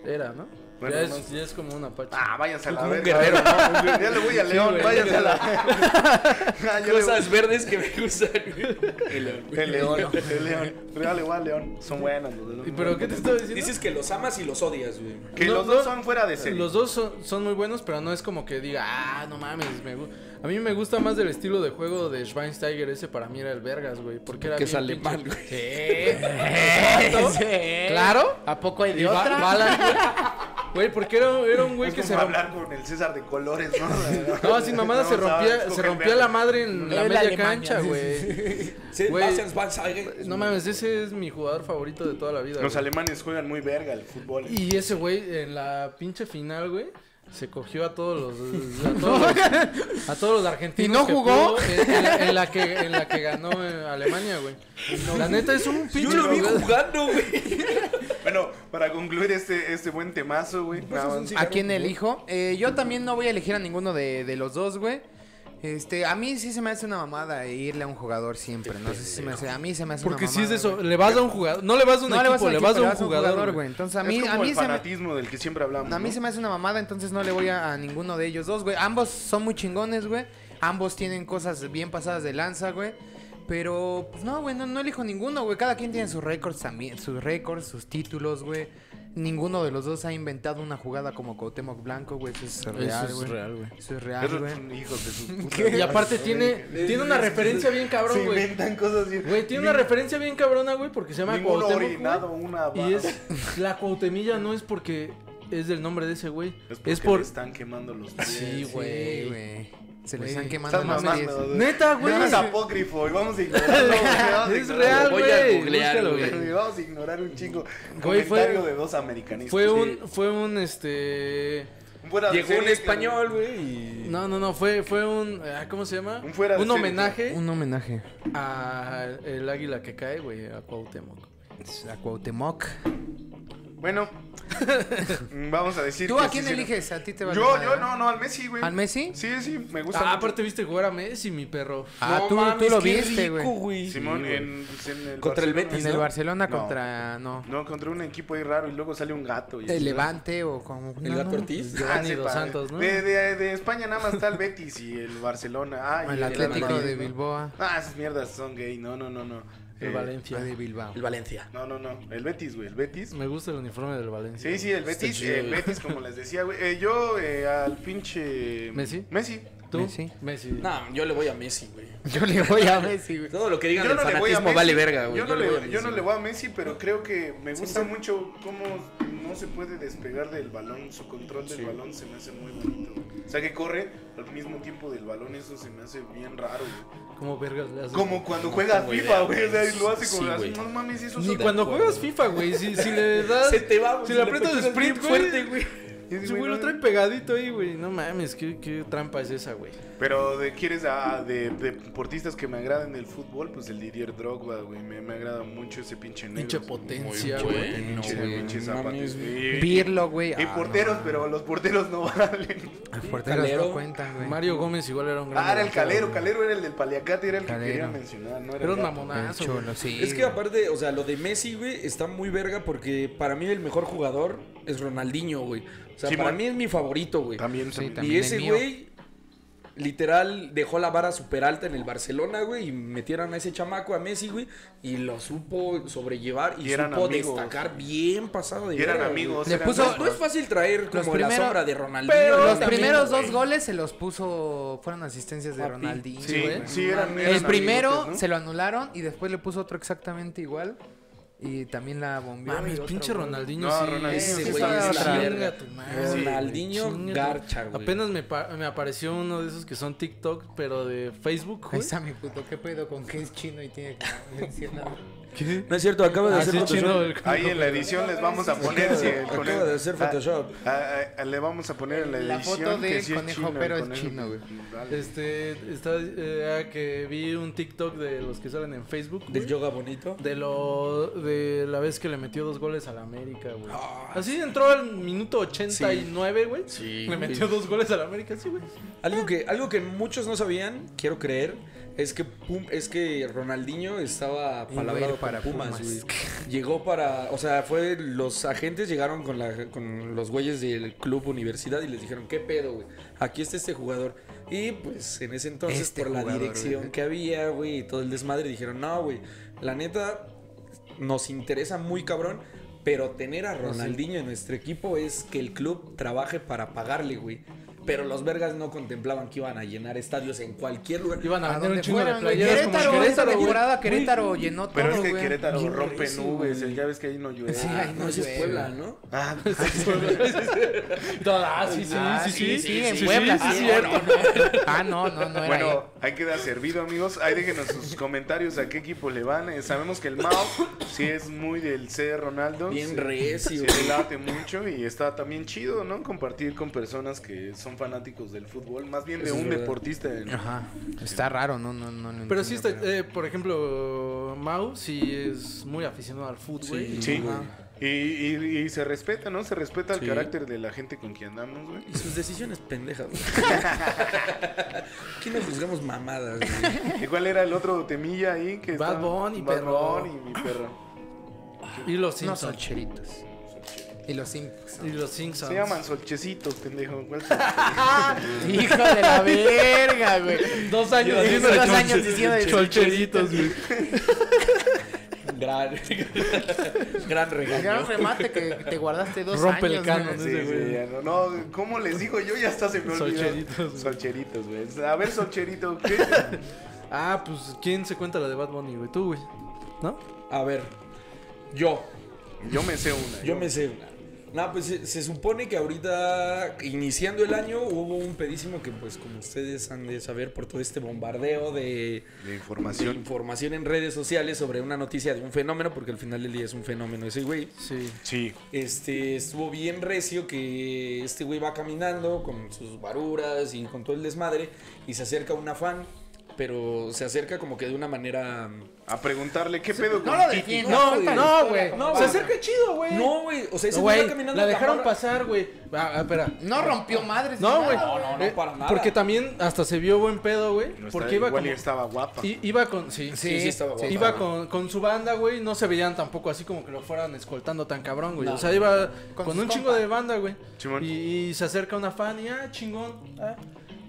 D: Era, ¿no?
C: Bueno,
D: ya,
C: más-
D: es, ya es como una pacha.
C: Ah, váyanse a la
A: Como un
C: verga.
A: guerrero,
C: ¿no? Ya le voy a León,
D: güey.
C: váyanse a la Ah, yo le-
A: Cosas verdes que me gustan, güey. El león, güey.
C: El León, el León. Pero ya le voy a León. Son buenas. los dos.
D: ¿Y ¿Pero qué te estaba diciendo?
A: Dices que los amas y los odias, güey.
C: Que
D: No,
C: los
D: no.
C: dos son fuera de serie.
D: Los dos son, son muy buenos, pero no es como que diga, ah, no mames. me gu-". a mí me gusta más del estilo de juego de Schweinsteiger. Ese para mí era el vergas, güey. Porque era
A: Que es
D: bien
A: alemán,
D: pinche-
A: güey.
D: ¿Exacto?
B: Sí.
D: Claro.
B: ¿A poco hay
D: Y
B: de
D: ba-
B: otra?
D: Balan, güey. Güey, porque era, era un güey
C: Es
D: que
C: como
D: se rompía.
C: hablar con el César de colores, ¿no?
D: No, sin mamada se
C: No, sabes,
D: rompía, se
C: coger
D: rompía la madre en la
B: Era
D: media
B: Alemania.
D: cancha, güey.
A: Sí,
D: Güey.
A: Bastian Schweinsteiger.
D: No mames, ese es mi jugador favorito de toda la vida.
C: Los
D: güey.
C: alemanes juegan muy verga el fútbol.
D: Y ese güey en la pinche final, güey, se cogió a todos los a todos los, a todos los argentinos.
B: ¿Y no
D: que
B: jugó?
D: pudo En, en la- en la que en la que ganó eh, Alemania, güey. La neta es un
A: Yo
D: pinche
A: lo vi
D: jugador.
A: jugando, güey.
C: Bueno, para concluir este, este buen temazo, güey. nada más.
B: ¿A quién elijo? Eh, yo también no voy a elegir a ninguno de, de los dos, güey. Este, a mí sí se me hace una mamada irle a un jugador siempre. No sé si se me hace. A mí se me hace
D: Porque
B: una mamada.
D: si es de eso,
B: güey.
D: le vas a un jugador, no le vas a un
B: No le
D: equipo,
B: vas a un
D: le
B: equipo,
D: vas a un jugador,
B: güey.
D: güey.
B: Entonces a
C: es
B: mí,
C: como
B: a mí
C: el
B: se me.
C: fanatismo del que siempre hablamos.
B: A mí
C: ¿no?
B: se me hace una mamada, entonces no le voy a, a ninguno de ellos dos, güey. Ambos son muy chingones, güey. Ambos tienen cosas bien pasadas de lanza, güey. Pero, pues no, güey, no, no elijo ninguno, güey. Cada quien tiene sus récords también, sus récords, sus títulos, güey. Ninguno de los dos ha inventado una jugada como Cuauhtémoc Blanco, güey. Eso es real,
D: es
B: güey.
D: real, güey.
B: Eso es
C: Esos
B: real, güey.
C: son hijos de sus putas
D: Y
C: madres.
D: aparte tiene tiene una referencia bien
C: Se
D: cabrón, güey.
C: inventan cosas bien-
D: Güey, tiene una
C: Ni-
D: referencia bien cabrona, güey, porque se llama
C: Ninguno
D: Cuauhtémoc, güey.
C: orinado una
D: Y es la cuautemilla no es porque es del nombre de ese güey.
C: Es,
D: Es
C: por...
D: por.
C: le están quemando los pies.
D: Sí,
F: Sí,
D: güey.
F: güey. Se le
D: Güey.
F: están quemando
C: Estás
F: más
C: mamando,
F: series.
C: güey.
D: Neta, güey.
C: No es apócrifo y vamos a ignorarlo. güey. Vamos a
D: Es
C: ignorarlo.
D: real,
A: Voy a
D: güey.
A: googlear,
D: Búscalo,
A: güey.
D: güey.
C: Y Vamos a ignorar un chingo.
D: Güey, fue-
C: Comentario de dos americanistas.
D: Fue
C: Sí.
D: un, fue un, este...
C: Un fuera de
A: Llegó un
C: serie este, que-
A: español, güey. y-
D: No, no, no, fue, fue un, ah, ¿cómo se llama?
C: Un fuera de serie,
D: homenaje
F: Un homenaje
D: a el águila que cae, güey, a Cuauhtémoc.
F: a Cuauhtémoc.
C: Bueno, vamos a decir.
F: ¿Tú
C: que
F: a
C: sí
F: quién
C: se-
F: eliges? ¿A ti te va
C: Yo, yo, no, no, al Messi, güey.
F: ¿Al Messi?
C: Sí, sí, me gusta.
D: Ah,
C: mucho.
D: aparte viste jugar a Messi, mi perro.
F: Ah,
A: No
F: tú,
A: mames,
F: tú lo
A: qué
F: viste, güey.
A: rico, güey.
C: Simón,
A: Sí, güey.
C: en, pues, en el
A: Contra el
C: Barcelona.
F: En
A: Betis,
F: el
A: ¿no?
F: Barcelona
C: No.
F: contra. No.
C: No, contra un equipo ahí raro y luego sale un gato. Y
F: El Levante o como. no,
A: El
F: no,
A: Gato
F: no.
A: Ortiz.
D: Giovanni
C: sí,
D: Dos
C: padre.
D: Santos, ¿no?
C: De, de, de España nada más está el Betis y el Barcelona. Ah, y
F: El Atlético
A: Madrid,
F: de
A: ¿no?
F: Bilboa.
C: Ah, esas mierdas son gay. No, no, no, no.
D: El
C: Eh,
D: Valencia.
F: de Bilbao.
A: El Valencia.
C: No, no, no. El Betis, güey. El Betis.
D: Me gusta el uniforme del Valencia.
C: Sí, sí, el
D: Está
C: Betis.
D: chido,
C: El
D: güey.
C: Betis, como les decía, güey. Eh, yo eh, al pinche.
D: ¿Messi?
C: Messi.
D: ¿Tú?
F: Messi.
D: Messi.
A: No, yo le voy a Messi, güey.
F: Yo le voy a Messi, güey.
A: Todo lo que digan
C: Yo
A: del
C: no le voy a
A: fanatismo
C: Messi.
A: vale verga, güey.
C: Yo,
A: voy
C: no,
A: a
C: le, yo
A: Messi,
C: no le
A: güey.
C: voy a Messi, pero creo que me gusta mucho cómo no se puede despegar del balón. Su control del balón se me hace muy bonito. güey. O sea, que corre al mismo tiempo del balón. Eso se me hace bien raro, güey.
D: Como vergas le haces.
C: Como cuando juegas
A: tengo
C: FIFA,
A: idea,
C: güey. O sea, y
A: güey.
C: lo hace como
A: Sí, güey.
C: así, No mames, eso
D: Ni
C: es
D: cuando
A: acuerdo.
D: juegas FIFA, güey. Si, si le das.
A: Se te va, güey.
D: Si le aprietas
A: pegas
D: sprint,
A: bien
D: güey.
A: fuerte, güey.
D: Ese güey lo trae pegadito ahí, güey. No mames, qué, qué trampa es esa, güey.
C: Pero de, quieres a, de, de deportistas que me agraden del fútbol, pues el Didier Drogba, güey. Me, me agrada mucho ese pinche negro.
D: Pinche potencia, güey.
C: Pinche, pinche,
F: güey, no
C: zapatos,
A: mames,
C: güey.
F: Pirlo, güey.
C: Y
F: Ah,
C: porteros,
F: no.
C: pero los porteros no valen.
F: Los porteros
A: Calero.
F: no cuentan, güey.
D: Mario Gómez igual era un gran.
C: Ah, era el
D: delantero,
C: calero.
D: güey.
C: Calero era el del paliacate, era el que
F: Calero.
C: quería mencionar. No era,
D: Era un
C: el gato.
F: El
D: mamonazo, güey.
F: Cholo, sí.
A: Es que aparte, o sea, lo de Messi, güey, está muy verga porque para mí el mejor jugador es Ronaldinho, güey. O sea,
C: Sí,
A: para
C: man.
A: mí es mi favorito, güey.
C: También,
F: Sí,
C: también.
A: Y
F: también
A: ese
F: el mío.
A: güey, literal, dejó la vara super alta en el Barcelona, güey, y metieron a ese chamaco, a Messi, güey, y lo supo sobrellevar y,
C: Y eran
A: supo
C: amigos.
A: destacar bien pasado de
C: Y eran
A: verga, güey.
C: amigos.
F: Le
C: eran
F: puso- Pues,
C: amigos.
A: No es fácil traer como la
F: primeros-
A: sombra de Ronaldinho.
F: Pero los
A: también,
F: primeros
A: güey.
F: dos goles se los puso. Fueron asistencias de
A: Papi.
F: Ronaldinho.
C: Sí,
D: güey.
C: sí, eran, eran
F: pues, ¿eh? El primero
C: amigotes, ¿no?
F: se lo anularon y después le puso otro exactamente igual. Y también la bombeó. y
D: Mames,
F: otro
D: pinche
F: gol.
D: Ronaldinho.
C: No,
D: sí,
C: Ronaldinho
D: ese
A: sí
D: güey
A: está
D: es
A: de otra
D: chinga
A: verga.
D: tu madre,
A: Sí,
D: güey,
A: Ronaldinho
D: chinga tu-
A: garcha, güey.
D: Apenas me, pa- me apareció uno de esos que son TikTok, pero de Facebook,
F: Ahí
D: güey.
F: está mi puto. ¿Qué pedo con que es chino y tiene que mencionar?
A: No es cierto, acaba de
D: Ah,
A: hacer
D: sí,
A: Photoshop.
D: chido el-
C: Ahí en la edición les vamos a poner. si el
A: Acaba
C: conejo-
A: de hacer Photoshop.
C: Ah, ah, ah, le vamos a poner en la
F: La
C: edición.
F: foto
C: que
F: del
C: sí es
F: conejo,
C: chino, el
F: pero es
C: conejo.
F: chino, güey.
C: Dale.
D: Este, está, eh, que vi un TikTok de los que salen en Facebook.
C: Ah.
D: güey,
A: Del yoga bonito.
D: De lo de la vez que le metió dos goles al América, güey.
A: Ah,
D: Así entró al minuto 89, güey.
A: Sí,
D: Le
A: güey.
D: metió dos goles al América, sí, güey.
A: Algo que, algo que muchos no sabían, quiero creer, es que Pum- es que Ronaldinho estaba
F: Iba a ir
A: palabrado
F: para
A: para Pumas,
F: Pumas.
A: güey. Llegó para, o sea, fue los agentes llegaron con la con los güeyes del club universidad y les dijeron, "¿Qué pedo, güey? Aquí está este jugador." Y pues en ese entonces
F: Este
A: por la
F: jugador,
A: dirección
F: güey.
A: que había, güey, y todo el desmadre dijeron, "No, güey, la neta nos interesa muy cabrón." Pero tener a Ronaldinho en nuestro equipo es que el club trabaje para pagarle, güey. Pero los vergas no contemplaban que iban a llenar estadios en cualquier lugar.
D: Iban a
F: ¿A
D: vender Ah, un
F: dónde
D: chingo de
F: fueron? güey?
D: playeras como
F: Querétaro, esta
D: Querétaro, güey.
F: temporada Querétaro llenó todo,
C: Pero es que
F: güey.
C: Querétaro
A: Bien
C: rompe
A: recio,
C: nubes.
A: güey.
C: Ya ves que ahí no llueve.
F: Sí, ahí
A: Ah, No, eso es
F: llueve.
A: Puebla, ¿no?
C: Ah,
D: Ah, sí, sí,
F: Ah,
D: sí, sí,
F: sí, en
D: sí,
F: Puebla,
D: sí,
F: sí,
D: sí,
F: no, no, no. Ah, no, no, no era
C: Bueno, ahí queda servido, amigos. Ahí déjenos sus comentarios a qué equipo le van. Eh, sabemos que el Mao sí es muy del C Ronaldo.
A: Bien
C: sí, sí
A: recio.
C: le late mucho y está también chido, ¿no? Compartir con personas que son fanáticos del fútbol, más bien de
A: Eso es
C: un
A: verdad.
C: deportista. en-
B: Ah,
F: él. Ajá. Está raro, no, no, no. no
D: Pero sí
F: entiendo,
D: está, eh, por ejemplo, Mau sí es muy aficionado al fútbol. güey.
C: Sí.
A: Ajá.
C: Y, y- y se respeta, ¿no? Se respeta el
A: Sí.
C: carácter de la gente con quien andamos, güey.
A: Y sus decisiones pendejas, güey. Aquí no juzgamos mamadas, güey.
C: ¿Y cuál era el otro temilla ahí? Que
D: Bad
C: estaba-
D: Bunny,
C: Bad
D: perro.
C: Bunny, mi perro.
D: Y los Simpsons.
F: Unos solcheritos. Y los Simpsons.
D: y los Simpsons.
C: Se llaman solchecitos, pendejo. ¿Cuál
F: Hijo de la verga, güey.
D: Dos años
F: Yo-
D: haciendo
F: dos
D: chol-
F: años diciendo de
D: cholcheritos, güey.
A: Gran, gran
F: El
A: regalo.
F: gran remate que te guardaste dos
D: Rompe el
F: años.
D: canon,
F: güey.
C: Sí,
D: ese
C: sí,
D: güey.
C: ya no, no, ¿cómo les digo yo? Ya hasta se me olvidó.
D: Solcheritos, güey.
C: Solcheritos, güey. A ver, Solcherito, ¿qué?
D: Ah, pues, ¿quién se cuenta la de Bad Bunny, güey? Tú, güey. ¿No?
A: A ver, yo,
C: Yo me sé una.
A: yo me sé una. No, pues se, se supone que ahorita, iniciando el año, hubo un pedísimo que, pues, como ustedes han de saber por todo este bombardeo de,
C: De
A: de
C: información.
A: información en redes sociales sobre una noticia de un fenómeno, porque al final del día es un fenómeno ese güey.
D: Sí.
C: Sí.
A: Este, estuvo bien recio que este güey va caminando con sus varuras y con todo el desmadre y se acerca una fan, pero se acerca como que de una manera...
C: A preguntarle qué pedo
B: No
C: con
B: lo
C: Titi?
B: defiendas.
D: No,
B: cuenta la
D: no,
B: historia
D: güey.
B: como
D: No,
B: va.
D: se acerca chido, güey.
A: ah, No, güey, o sea, ese güey
D: güey.
A: va caminando...
D: La dejaron
A: morra-
D: pasar, güey. Ah, ah, espera.
B: No rompió madres. ni
D: No,
B: nada,
D: güey.
A: no, no,
D: Eh,
A: para nada.
D: Porque también hasta se vio buen pedo, güey.
C: No está-
D: porque iba
C: igual
D: como...
C: y estaba guapa.
D: I- iba con. Sí,
A: Sí, sí estaba guapa.
D: Iba con, con su banda, güey. No se veían tampoco así como que lo fueran escoltando tan cabrón, güey.
A: No.
D: o sea, iba con,
B: Con
D: un
B: sus
D: chingo
B: compas.
D: de banda, güey.
C: Simón.
D: Y, y se acerca una fan y ah, chingón. ah.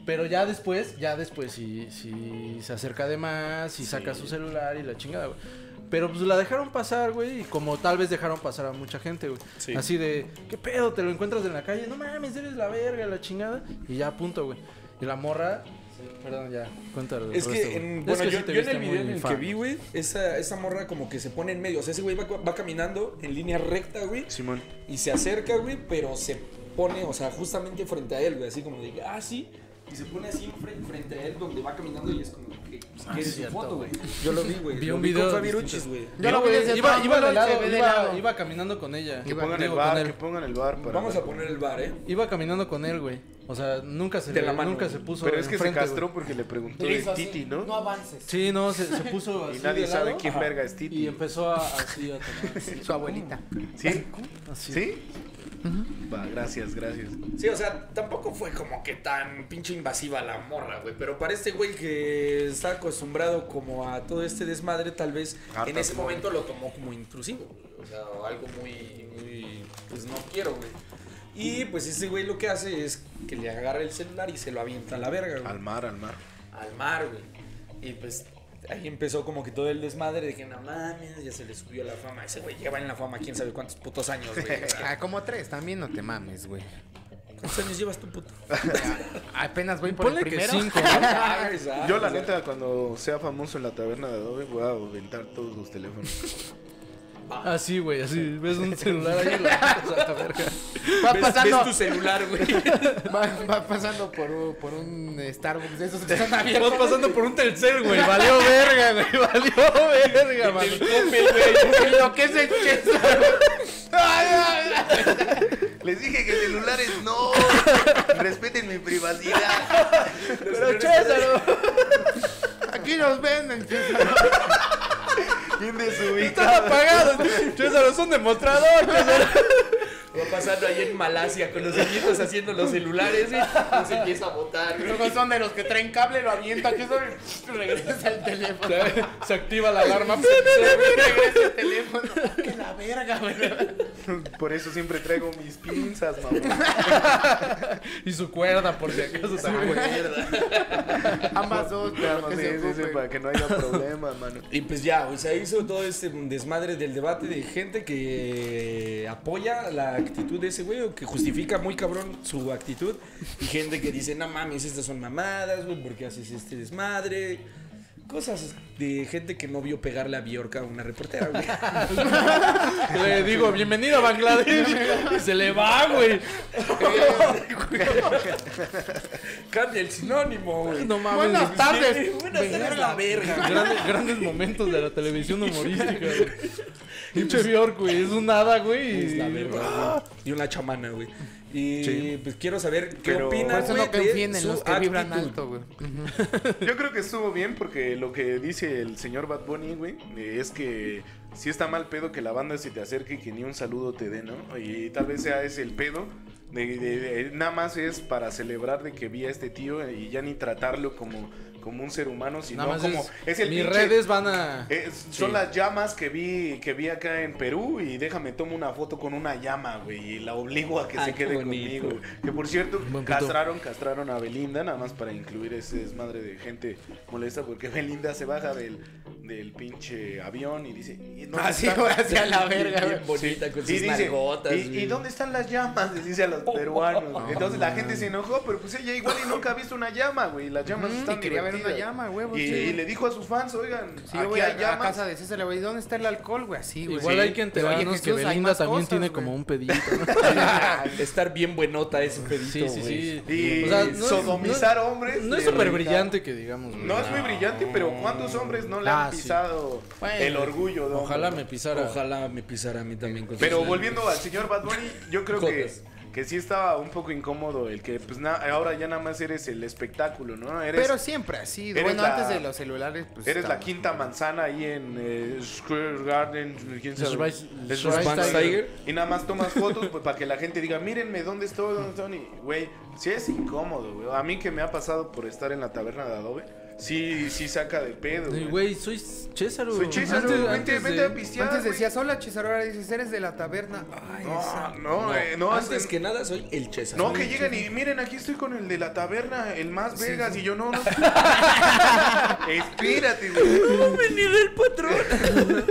D: Pero ya después, ya después, si, si se acerca de más, y saca su celular y la chingada, güey. Pero pues la dejaron pasar, güey, y como tal vez dejaron pasar a mucha gente, güey.
A: Sí.
D: Así de, ¿qué pedo? Te lo encuentras en la calle, no mames, eres la verga, la chingada. Y ya, punto, güey. Y la morra, perdón, ya, cuéntalo.
A: Es
D: Resto,
A: que,
D: este güey.
A: en,
D: Es
A: bueno,
D: que
A: yo,
D: sí te
A: yo en el
D: viste
A: video
D: muy
A: en el que
D: fan.
A: vi, güey, esa, esa morra como que se pone en medio. O sea, ese güey va, va caminando en línea recta, güey,
C: Simón.
A: y se acerca, güey, pero se pone, o sea, justamente frente a él, güey, así como de, ah, sí. Y se pone así enfren- frente a él donde va caminando y es como que pues, quiere su
D: Ah, cierto,
A: foto, güey. Yo lo vi, güey.
D: Vi
A: lo
D: un
A: con
D: video
A: Fabi
D: distinto.
A: Ruchis, güey.
D: No,
B: Yo lo vi
D: güey,
B: desde
D: iba,
B: atrás,
D: iba,
B: güey,
D: al
B: se
D: lado,
B: ve de
D: iba-
B: lado.
D: iba caminando con ella.
C: Que pongan el
D: Digo, con
C: bar,
D: él.
C: que pongan el bar. Para
A: Vamos a poner el bar, ¿eh?
D: Iba caminando con él, güey. O sea, nunca se,
A: De
D: le-
A: la mano,
D: nunca
A: güey.
D: se puso
C: Pero es que
D: enfrente,
C: se castró
D: güey.
C: porque le preguntó
B: Le
C: de
B: hizo así,
C: Titi, ¿no?
B: No avances.
D: Sí, no, se, se puso así
C: y nadie
D: de
C: sabe
D: lado
C: quién verga es
D: Y
C: Titi.
D: empezó a, así a tomar. así.
B: Su abuelita.
C: ¿Sí?
D: Así.
C: ¿Sí? Va, gracias, gracias.
A: Sí, o sea, tampoco fue como que tan pinche invasiva la morra, güey. Pero para este güey que está acostumbrado como a todo este desmadre, tal vez
C: Hartas
A: en ese
C: morras.
A: momento lo tomó como intrusivo. güey. O sea, o algo muy, muy, pues no quiero, güey. Y pues este güey lo que hace es que le agarra el celular y se lo avienta a la verga, güey.
C: Al mar, al mar.
A: al mar, güey. Y pues ahí empezó como que todo el desmadre de que no mames, ya se le subió la fama. Ese güey lleva en la fama quién sabe cuántos putos años, güey. O sea,
F: Ah, como tres, también no te mames, güey.
A: ¿Cuántos años llevas tú, puto?
F: Apenas voy por
D: Ponle
F: el
D: que
F: primero.
D: cinco.
A: Ah,
C: Yo, la neta, cuando sea famoso en la taberna de Adobe, voy a aventar todos los teléfonos.
D: Así, güey, así. Ves un celular ahí, lo metes a la verga.
B: Va
A: ¿Ves,
B: pasando,
A: ves tu celular, güey.
B: va, va pasando por, un- por un Starbucks de esos que están abiertos.
D: Vas pasando por un tercer, güey. Valió verga, güey. Valió verga, mano.
B: Y lo que es el Chester.
C: Les dije que celulares no. Respeten mi privacidad.
D: Pero Chésaro,
B: Aquí nos venden.
C: ¿Quién desubica?
D: está apagado. Chésaro es un demostrador, Chésaro.
A: Va pasando ahí en Malasia con los niñitos haciendo los celulares, güey. Y se empieza a botar, güey.
B: Ah, Luego son de los que traen cable, lo avientan. Que son. Regresa el teléfono.
D: Se activa la alarma.
B: Regresa el teléfono. Que la verga, güey.
C: Por eso siempre traigo mis pinzas, mamá.
D: Y su cuerda, por si acaso también.
B: Ambas dos,
C: Nada
B: pero
C: más
B: que se
C: es ese
B: ocupen.
C: para que no haya problema, mano.
A: Y pues ya, o sea, hizo todo este desmadre del debate de gente que apoya la actitud de ese güey o que justifica muy cabrón su actitud y gente que dice, no mames, estas son mamadas, güey, ¿por qué haces este desmadre? Cosas de gente que no vio pegar la biorca a una reportera, güey.
D: Le digo, bienvenido a Bangladesh. Y se le va, güey.
A: Cambia el sinónimo, güey.
D: No mames.
B: Buenas tardes.
A: Buenas tardes, la verga. güey.
D: Grandes, grandes momentos de la televisión humorística, güey. Pinche Bjork, güey. Es un nada, güey.
A: Es la verga, güey. Y una chamana, güey. Y pues quiero saber qué
C: Pero-
A: opinan,
C: Por
F: Por eso
A: güey,
F: no
A: de
F: confíen en
A: su
F: los que vibran
A: actitud.
F: alto, güey.
C: Yo creo que estuvo bien porque lo que dice el señor Bad Bunny, güey, eh, es que si está mal pedo que la banda se te acerque y que ni un saludo te dé, ¿no? Y tal vez sea ese el pedo. De, de- de- nada más es para celebrar de que vi a este tío y ya ni tratarlo como, como un ser humano, sino
D: Nada más
C: como.
D: es,
C: Es el
D: mis
C: pinche-
D: redes van a.
C: Es- Eh, son las llamas que vi que vi acá en Perú y déjame tomo una foto con una llama, güey, y la obligo a que
A: Ah,
C: se
A: qué
C: quede
A: bonito.
C: conmigo. Que por cierto,
D: Buen punto.
C: castraron, castraron a Belinda nada más para incluir ese desmadre de gente molesta porque Belinda se baja del, del pinche avión y dice, "¿Y dónde
B: Así,
C: están?"
B: Ah, güey, hacia la verga,
A: Bien
B: güey.
A: bonita con
C: Sí,
A: sus
C: dice,
A: nalgotas,
C: ¿Y,
A: güey.
C: y dónde están las llamas? Les dice a los peruanos. güey. Entonces la gente se enojó, pero pues ella igual y nunca ha visto una llama, güey. Las llamas
B: Ujú,
C: están
B: y quería ver una
C: divertidas.
B: llama, huevo,
C: Y,
B: sí.
C: y le dijo a sus fans, oigan,
B: Sí, yo
C: aquí
B: voy a,
C: hay
B: a
C: llamas.
B: casa de César, le voy, ¿dónde está el alcohol, güey? Así, güey.
D: Igual
B: Sí.
D: hay que
B: Pero,
D: enterarnos
B: oye,
D: que
B: Jesús, hay
D: Belinda
B: más
D: también
B: cosas,
D: tiene
B: güey.
D: como un pedito.
A: Estar bien buenota ese pedito,
D: sí, sí,
A: güey.
D: sí.
C: Y
D: O sea, no es-
C: sodomizar
D: no-
C: hombres.
D: No es
C: de
D: súper
C: verdad.
D: brillante que digamos, güey.
C: No es muy brillante, pero ¿cuántos hombres no le han
D: Ah, sí.
C: pisado el orgullo de
D: Ojalá
C: hombre?
D: me pisara.
A: Ojalá me pisara a mí también con
C: Pero
A: sus
C: volviendo al señor Bad Bunny, yo creo que,
A: Jotas.
C: que sí estaba un poco incómodo el que pues na- ahora ya nada más eres el espectáculo, ¿no? Eres,
B: Pero siempre ha sido.
C: eres
B: Bueno,
C: la-
B: antes de los celulares, pues.
C: eres la
B: estaba-
C: quinta manzana ahí en eh, Square Garden, quién sabe.
D: Schweiz-
C: Es
D: Schweiz
C: Schweinsteiger.
A: Tiger.
C: Y nada más tomas fotos pues, para que la gente diga, mírenme, ¿dónde estoy? ¿Dónde estoy? Y, güey, sí es incómodo, güey. A mí que me ha pasado por estar en la taberna de Adobe, sí, sí saca de pedo,
D: Ay, Güey, soy César,
C: Soy Chisaro,
D: Antes-
C: vente,
D: antes
C: vente
D: de-
C: a pistear,
B: Antes
C: güey.
B: decías, hola, Chisaro, ahora dices, eres de la taberna. Ay,
C: No,
B: esa-
C: no,
A: No,
C: eh, no,
A: antes
C: es-
A: Ah, que nada soy el Chesa.
C: No, que llegan y miren, aquí estoy con el de la taberna, el más Vegas, y yo no, no. Espérate, güey.
A: venir el patrón.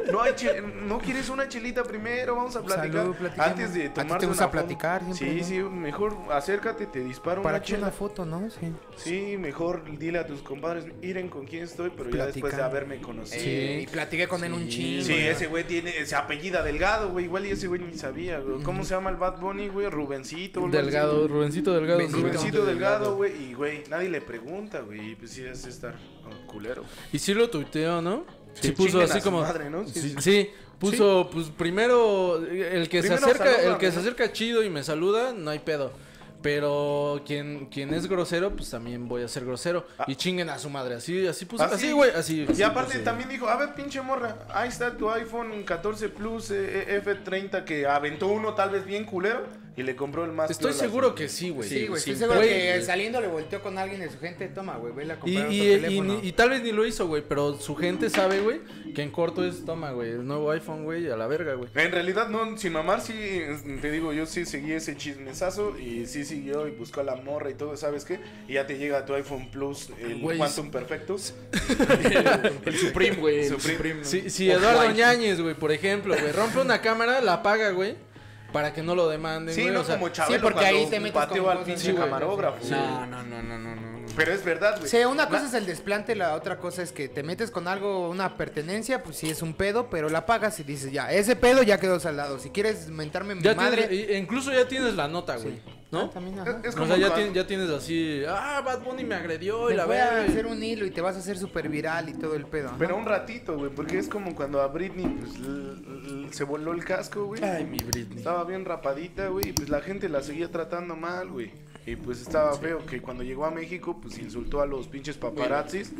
C: No, hay chel- no quieres una chelita primero, vamos a platicar.
B: Salud, platiquemos.
C: Antes
B: ¿A
C: de
B: ti
C: tomar.
B: te gusta platicar
C: Sí,
B: siempre,
C: sí, mejor acércate, te disparo
B: Para
C: una
B: que una
C: chela.
B: foto, ¿no? Sí.
C: Sí, mejor dile a tus compadres, miren con quién estoy, pero ya después de
B: Platicar.
C: haberme conocido.
B: Y platiqué con él un chingo.
C: Sí,
B: ¿no?
C: ese güey tiene ese apellida Delgado, güey. Igual y ese güey ni sabía, güey. ¿Cómo se llama el Bad Bunny, güey? Rubencito. algo así.
D: Delgado, Rubencito Delgado.
B: Benito.
C: Rubensito Delgado, güey, y güey, nadie le pregunta, güey, y pues sí, es estar oh, culero.
D: Y sí lo tuiteó, ¿no? Sí,
C: Sí,
D: puso
C: chinguen a
D: así
C: su
D: como.
C: madre, ¿no? Sí,
D: Sí,
C: sí.
D: sí, puso, pues primero el que se
C: Primero
D: acerca,
C: salúdame,
D: el que se
C: ¿no?
D: acerca chido y me saluda, no hay pedo. Pero quien, quien es grosero, pues también voy a ser grosero. Y chinguen a su madre, así, así puso,
C: Ah. Así.
D: así, güey, así.
C: Y aparte también dijo, a ver, pinche morra, ahí está tu iPhone 14 Plus eh, eh, F30 que aventó uno tal vez bien culero y le compró el más.
D: Estoy
C: piola.
D: seguro que sí, güey.
B: Sí, güey, estoy seguro que saliendo le volteó con alguien de su gente. Toma, güey, vela a
D: Y,
B: comprar
D: y-
B: otro
D: y-
B: teléfono.
D: ni- y tal vez ni lo hizo, güey, pero su gente sabe, güey, que en corto es, toma, güey, el nuevo iPhone, güey, a la verga, güey.
C: En realidad, no, sin mamar, sí, eh, te digo, yo sí seguí ese chismesazo y sí siguió y buscó a la morra y todo, ¿sabes qué? Y ya te llega tu iPhone Plus, el
D: Güey,
C: Quantum Perfecto.
A: El Supreme, güey. El
C: Supreme.
A: Supreme.
D: Si, si
A: Off-white.
D: Eduardo Ñañez, güey, por ejemplo, güey, rompe una cámara, la apaga, güey, para que no lo demanden,
C: Sí,
D: güey,
C: no
D: o sea,
C: como Chabelo
B: porque
C: cuando
B: ahí te metes
C: pateó
B: con
C: al
B: cosas,
C: pinche
B: sí, güey.
C: camarógrafo.
A: No, no, no, no, no, no. no.
C: Pero es verdad, güey.
B: O sea, una cosa es el desplante, la otra cosa es que te metes con algo, una pertenencia, pues sí es un pedo, pero la pagas y dices, ya, ese pedo ya quedó saldado. Si quieres mentarme mi
D: Ya
B: madre,
D: tienes- e- incluso ya tienes la nota, güey, ¿no?
B: Ah, también,
C: Es-
B: ajá.
C: es
D: o
C: como
D: sea, ya,
C: cuando-
D: tien- ya tienes así, ah, Bad Bunny me agredió y
B: Me
D: la
B: voy a
D: verga.
B: hacer un hilo y te vas a hacer súper viral y todo el pedo. ajá.
C: Pero un ratito, güey, porque es como cuando a Britney pues, l- l- se voló el casco, güey.
A: Ay, mi Britney.
C: Estaba bien rapadita, güey, y pues la gente la seguía tratando mal, güey. Y pues estaba feo que cuando llegó a México, pues insultó a los pinches paparazzis.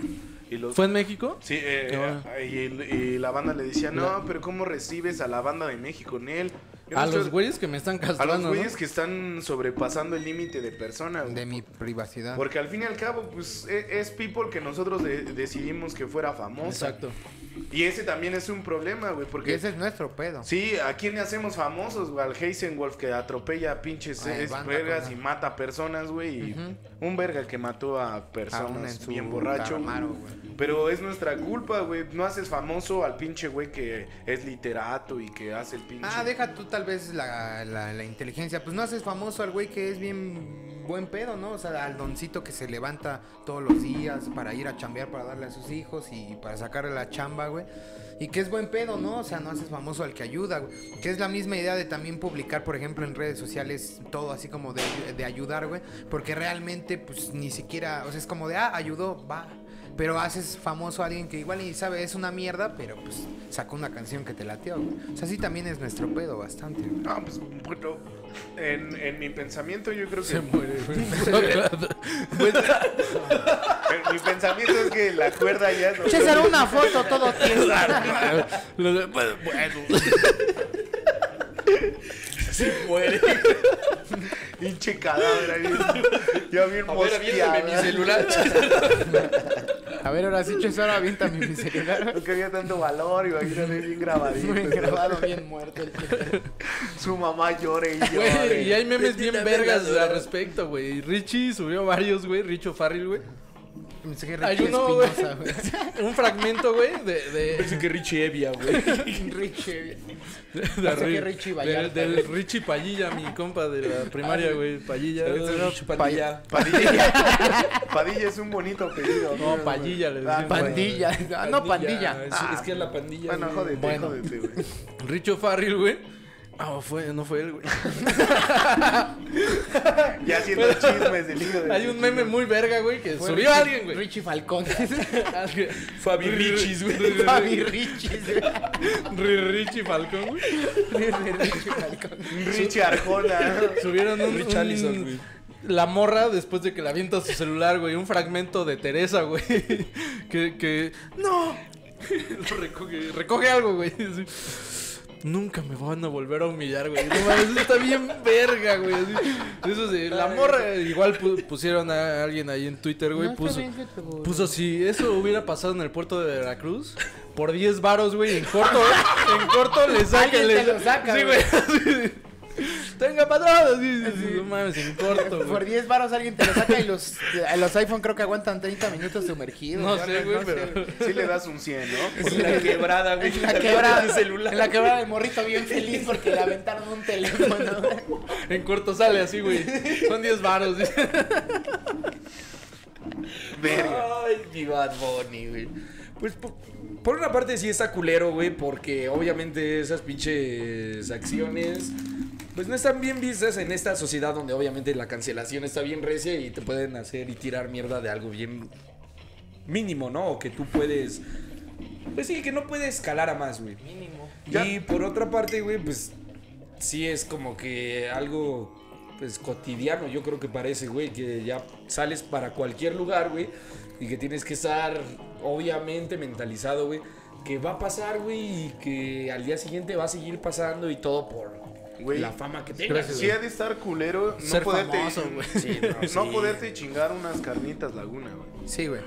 C: Y los...
D: ¿Fue en México?
C: Sí, eh,
D: No.
C: eh, y, y la banda le decía, no, pero ¿cómo recibes a la banda de México, Nel? Yo no
D: A
C: estoy-
D: los güeyes que me están
C: A
D: castrando,
C: los
D: ¿no?
C: güeyes que están sobrepasando el límite de persona, güey.
B: De mi privacidad.
C: Porque al fin y al cabo, pues e- es, people que nosotros de- decidimos que fuera famosa.
D: Exacto.
C: Y ese también es un problema, güey,
B: Porque
C: porque...
B: ese es nuestro pedo.
C: Sí, ¿a quién le hacemos famosos, güey? Al Heisenwolf que atropella a pinches
B: Ay,
C: es-
B: banda,
C: vergas
B: banda.
C: y mata personas, güey. y
B: Ujú.
C: Un verga que mató a
B: A una en
C: personas
B: su
C: bien borracho.
B: Camaro,
C: güey.
B: güey.
C: Pero es nuestra culpa, güey. No haces famoso al pinche güey que es literato y que hace el pinche...
B: Ah, deja tú tal vez la, la- la inteligencia. Pues no haces famoso al güey que es bien buen pedo, ¿no? O sea, al doncito que se levanta todos los días para ir a chambear, para darle a sus hijos y para sacarle la chamba, güey. Y que es buen pedo, ¿no? O sea, no haces famoso al que ayuda, güey. Que es la misma idea de también publicar, por ejemplo, en redes sociales todo así como de, de ayudar, güey. Porque realmente, pues ni siquiera, o sea, es como de, ah, ayudó, va. Pero haces famoso a alguien que igual ni sabe, es una mierda, pero pues sacó una canción que te lateó, güey. O sea, sí también es nuestro pedo bastante, güey.
C: No, pues, bueno, en, en mi pensamiento yo creo que...
D: Se muere, güey.
C: en mi pensamiento es que la cuerda ya... no-
B: César, una foto todo tieso.
D: Lo de- bueno, bueno.
A: Se muere.
C: Pinche cadáver ahí. Ya bien
A: A ver, aviéntame mi
C: mosqueado.
A: celular.
G: A ver, ahora sí, César, avienta mi celular.
C: No que había tanto valor, imagínate bien pues, grabadito.
G: Muy grabado, bien muerto. el César.
C: Su mamá llore y llore.
D: Güey, y hay memes bien
A: Bendita
D: vergas
A: verga,
D: al respecto, güey. Richie subió varios, güey. Richo Farrell, güey.
B: Pensé que
D: Hay
B: Ricky
D: uno, güey.
B: Espinosa, güey.
D: Un fragmento, güey, de, de,
A: Pensé que Richie Evia, güey.
B: Richie.
D: de-
B: que
D: Ri-
B: Richie
D: de-
B: Vallarta,
D: del Richie Pallilla, mi compa de la primaria, güey. Pallilla.
A: Richie Padilla.
C: Padilla. Padilla es un bonito apellido.
D: No, Pallilla le
C: Ah,
D: decimos.
B: Pandilla. Ah, no, pandilla. Ah,
A: Es, es que es la pandilla.
C: Bueno,
A: güey.
C: jódete,
D: Bueno.
C: jódete, güey.
D: Richo Farrell, güey. Ah, fue, no fue él, güey.
C: Ya haciendo chismes del hijo de
D: Hay
C: su
D: un meme muy verga, güey, que
B: Fue
D: subió
B: Richie-
D: a alguien, güey.
B: Richie Falcón.
D: Alguien-
A: Fabi Richis, güey.
B: Fabi Richie. güey.
D: Ri- Richie Falcón, güey.
B: Richie Falcón.
C: Richie Arjona.
D: Subieron un,
A: Richarlison,
D: un-
A: güey.
D: La morra, después de que le avienta su celular, güey, un fragmento de Teresa, güey. Que, que. ¡No! Lo recoge, recoge algo, güey. Así, Nunca me van a volver a humillar, güey. No mames, eso está bien verga, güey. Así, Eso sí, la morra, igual pu- pusieron a alguien ahí en Twitter, güey.
B: No, está
D: puso,
B: bien que te borre.
D: puso, si eso hubiera pasado en el puerto de Veracruz, por 10 varos, güey, en corto, en corto le sacan.
B: Alguien te
D: le-
B: lo saca,
D: Sí,
B: güey.
D: güey. así. Tenga patrón. así, así, No mames, en corto,
B: Por
D: güey.
B: 10 varos alguien te lo saca y los, los iPhone creo que aguantan 30 minutos sumergidos.
D: No
B: Ya
D: sé, güey, pero.
C: Sí le das un 100, ¿no?
A: Por la quebrada, güey.
B: En la quebrada, en la quebrada del morrito bien feliz porque le aventaron un teléfono. güey.
D: En corto sale así, güey. Son 10 varos. dice.
C: Verga.
A: Ay, mi Bad Bunny, güey. Pues por, por una parte sí está culero, güey, porque obviamente esas pinches acciones pues no están bien vistas en esta sociedad donde obviamente la cancelación está bien recia y te pueden hacer y tirar mierda de algo bien mínimo, ¿no? O que tú puedes pues sí, que no puede escalar a más, güey.
B: Mínimo.
C: Ya.
A: Y por otra parte, güey, pues sí es como que algo pues cotidiano, yo creo que parece, güey, que ya sales para cualquier lugar, güey, y que tienes que estar obviamente mentalizado, güey, que va a pasar, güey, y que al día siguiente va a seguir pasando y todo por
C: Güey.
A: la fama que tengas.
D: Gracias,
C: Sí ha de estar culero no
D: Ser
C: poderte
D: famoso, güey.
A: Sí, no,
C: no
A: sí.
C: poderte chingar unas carnitas laguna, güey.
F: Sí, güey.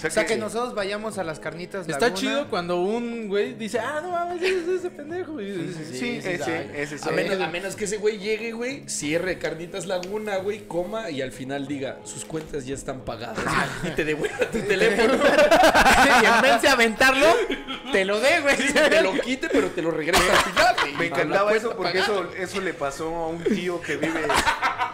C: sea,
F: O sea, que nosotros vayamos a las carnitas
D: Está
F: Laguna.
D: chido cuando un güey dice, ah, no mames, es ese pendejo. Y dices,
C: Sí,
D: sí,
C: ese,
D: ay.
C: ese sí.
A: A menos, a menos que ese güey llegue, güey, cierre Carnitas Laguna, güey, coma y al final diga, sus cuentas ya están pagadas y te devuelva tu teléfono.
B: Y en vez de aventarlo, te lo dé, güey.
A: Sí, te lo quite, pero te lo regresa al final, güey.
C: Me encantaba eso porque eso, eso le pasó a un tío que vive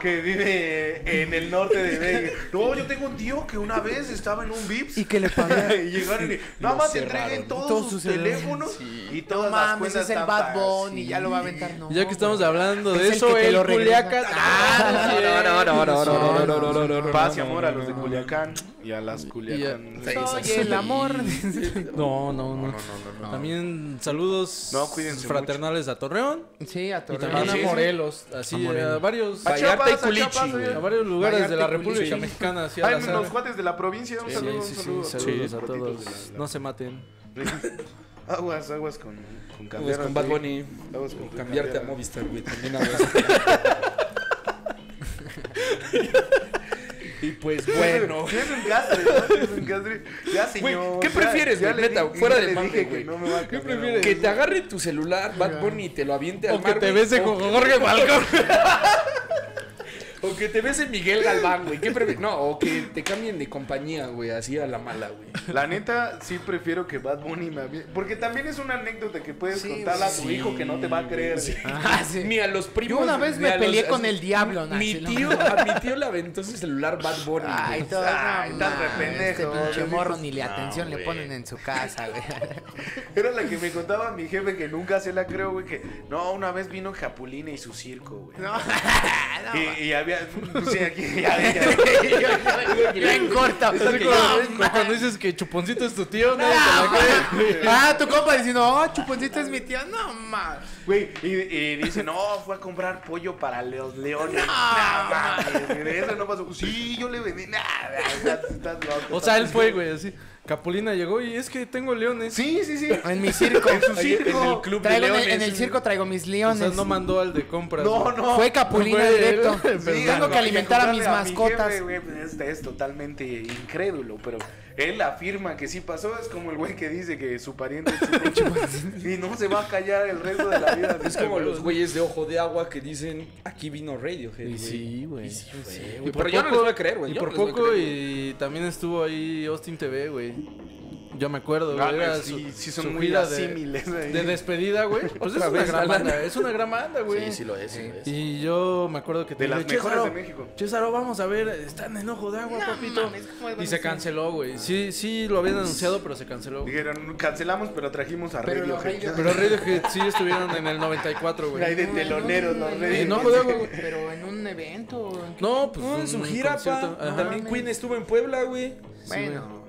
C: que vive en el norte de México. No, yo tengo un tío que una vez estaba en un Vips
F: Y que le pagaron.
C: y llegaron y nada
A: Lo
C: más te
A: cerraron.
C: entreguen todos,
F: Todos
C: sus
F: sus celulares.
C: teléfonos y
B: No
C: todas las
B: mames,
C: cuentas
B: es el
C: están
B: Bad
C: pagas.
B: Bunny,
C: Sí.
B: ya lo va a aventar. No,
D: Ya que estamos hablando
B: Es
D: de
B: el
D: eso,
B: que te
D: el,
B: lo regresa.
D: Culiacán.
B: Ah,
D: no, no, no, no, no, no, no, no, no,
A: no,
C: Paz y amor a los de Culiacán y a las Culiacán.
B: güey. Soy el amor.
D: no, no, no. También saludos
C: No, cuídense
D: fraternales a Torreón
B: Sí, a
D: y
B: Torreón.
D: también
A: Sí, sí.
D: a Morelos, así a varios,
C: A
D: a
A: Vallarta y
C: Chiapas, a
A: Culichi,
C: Chiapas, oye.
A: güey.
D: varios lugares de la
B: Vallarta y
D: República
B: Culichi.
D: Mexicana, así a
C: Hay
D: la
C: unos
D: sala.
C: cuates de la provincia, un
D: Sí,
C: saludo,
D: sí, sí,
C: un saludo.
D: saludos a
C: Cuatitos de
D: todos.
C: la-
D: No se maten.
C: Aguas, aguas con,
A: Pues
C: con cambiar
A: con
C: a
A: Bad
C: tu-
A: Bunny,
C: Aguas con tu
A: cambiarte a
C: cambiar
A: Movistar, güey, también aguas. Y pues bueno.
C: Sí, Es un castre, ¿no? Es un castre. Ya,
A: Güey,
C: señor.
A: ¿qué
C: ya-
A: prefieres,
C: ya
A: güey?
C: le
A: Neta,
C: di-
A: fuera
C: ya
A: de
C: le
A: mame,
C: dije que
A: güey.
C: no me va a
D: ¿Qué
C: cambiar,
D: prefieres?
A: Que te agarre tu celular, Bad Bunny, y te lo aviente al
D: O que
A: mar,
D: te
A: güey,
D: bese
A: o-
D: con Jorge Falcón.
A: O que te bese Miguel Galván, güey. ¿Qué prefi- No, o que te cambien de compañía, güey, así a la mala, güey.
C: La neta, sí prefiero que Bad Bunny me avie- Porque también es una anécdota que puedes contarla a tu
A: sí,
C: hijo que no te va a creer.
A: sí.
C: güey.
B: Ah, sí.
A: Ni a los primos.
B: Yo una vez
A: ni
B: me
A: a los-
B: peleé con
A: así-
B: el diablo,
A: Mi
B: Nancy, no
A: tío, a mi tío le aventó su celular Bad Bunny.
B: Ay,
A: güey.
B: todo,
C: Ay,
B: no
C: tan
B: mames,
C: rependejo,
B: Este pinche
C: güey.
B: morro ni le atención le ponen en su casa, güey.
C: Era la que me contaba mi jefe que nunca se la creo, güey. Que no, una vez vino Capulina y su circo, güey.
B: No,
C: Y, y había. pues, sí, aquí. Ya, ya,
B: bien corto. "Ah,
D: Es que
B: No,
D: cuando, cuando dices que Chuponcito es tu tío, nadie te la cree.
B: Ah, tu compa diciendo, oh, Chuponcito es mi tío. No, mames.
C: Güey, y, y dice, no, fue a comprar pollo para los leones.
B: No,
C: Nah, mames, eso no pasó. Sí, yo le vendí. Nada, estás loco.
D: O sea, él fue, güey, así. Capulina llegó y es que tengo leones.
C: Sí, sí, sí.
F: En mi circo.
C: En su
A: Ahí
C: circo.
A: en el club de
F: Traigo en, el,
A: leones.
F: en el circo traigo mis
D: O
F: leones.
D: sea, no mandó al de compras.
C: No,
D: güey.
C: no.
F: Fue Capulina
D: Fue él,
F: directo.
D: pero
F: Tengo
D: bueno.
F: que alimentar a mis
C: Contarle mi
F: mascotas.
C: jefe, güey, pues, este es totalmente incrédulo, pero él afirma que sí pasó. Es como el güey que dice que su pariente chupó y no se va a callar el resto de la vida.
A: Es como los güeyes de ojo de agua que dicen, aquí vino Radiohead.
D: Y
A: güey".
D: sí, güey.
A: Y sí, güey,
D: Y
A: güey.
D: por
A: Pero yo no les
D: poco-
A: voy a creer, güey.
D: Y
A: yo
D: por
A: no les voy a
D: poco,
A: creer.
D: y también estuvo ahí Austin TV, güey. Yo me acuerdo,
C: Ah,
D: güey. Era
C: güey, sí,
D: su-
C: sí son
D: su
C: muy
D: gira de-
C: asímiles ahí.
D: De despedida, güey. Pues es
A: Otra
D: una
A: vez
D: gran
A: la
D: banda, es una gran banda, güey.
A: Sí, sí lo es. sí lo es.
D: Y yo me acuerdo que te
C: De las
D: dije,
C: mejores
D: "Chézaro,
C: de México".
D: Chézaro, vamos a ver, están en ojo de agua, papito. y se canceló, güey. Sí, sí lo habían anunciado, pero se canceló. güey.
C: Dijeron, cancelamos, pero trajimos a
B: Pero los
C: Radiohead.
B: Radiohead-
D: Pero Radiohead sí estuvieron en el 94,
C: Ahí
D: güey.
C: de teloneros, los Radiohead.
D: no, pues, joder, güey.
B: Pero en un evento. ¿en qué?
D: No, pues
A: No, en
D: un-
A: su
D: un
A: gira,
D: concierto,
A: pa.
D: ajá. ¿Eh?
A: También Queen estuvo en Puebla, güey.
B: Bueno.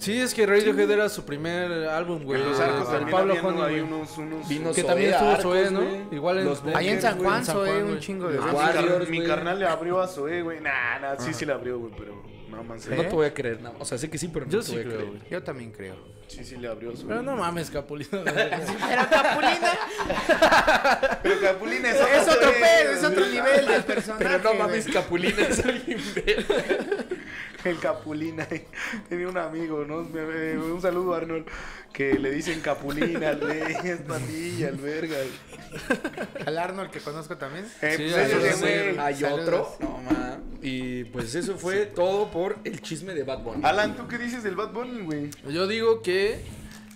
D: Sí, es que Radiohead era su primer álbum, güey.
C: En los
D: Ah,
C: arcos
D: con
C: también
D: Pablo
C: habían,
D: Honey,
C: ¿no? Hay
D: güey.
C: unos, unos...
A: Vino
D: Que
A: Zoé,
D: también estuvo
A: Arcos,
D: Zoé, ¿no?
A: güey.
D: Igual en-
A: Los
D: en-
F: Ahí en
A: Bunkers,
F: San
A: güey.
F: Juan,
D: San
F: soy
D: Juan,
F: un
D: güey.
F: chingo de.
A: Ah,
C: Mi,
F: güey.
A: Warriors,
C: carnal- mi
A: güey.
C: carnal le abrió a Zoe, güey. Nah, nah,
D: Ah.
C: sí, sí le abrió, güey, pero no más.
A: No te voy a creer, nada. O sea, sé que sí, pero no
D: Yo
A: te
D: sí
A: voy a
D: creo,
A: creer.
D: güey.
F: Yo también creo.
C: Sí, sí le abrió a Zoe.
D: Pero no mames, Capulino. güey.
B: Pero Capulina
C: Pero Capulina es,
B: es otro pedo,
C: pedo,
B: es otro nivel del personaje.
A: Pero no
B: güey.
A: mames, Capulina es alguien verga.
C: El Capulina. Tenía un amigo, ¿no? Me- me- Un saludo a Arnold. Que le dicen Capulina, al güey, es pandilla, al verga.
F: Al Arnold que conozco también.
C: Eh,
D: Sí,
C: pues
D: a
C: ese
D: Arnold,
C: güey.
D: sí.
A: Hay
F: Saludos.
A: otro. No, ma. Y pues eso fue todo por el chisme de Bad
D: Ah,
A: Bunny.
C: Alan, ¿tú qué dices del Bad Bunny, güey?
D: Yo digo que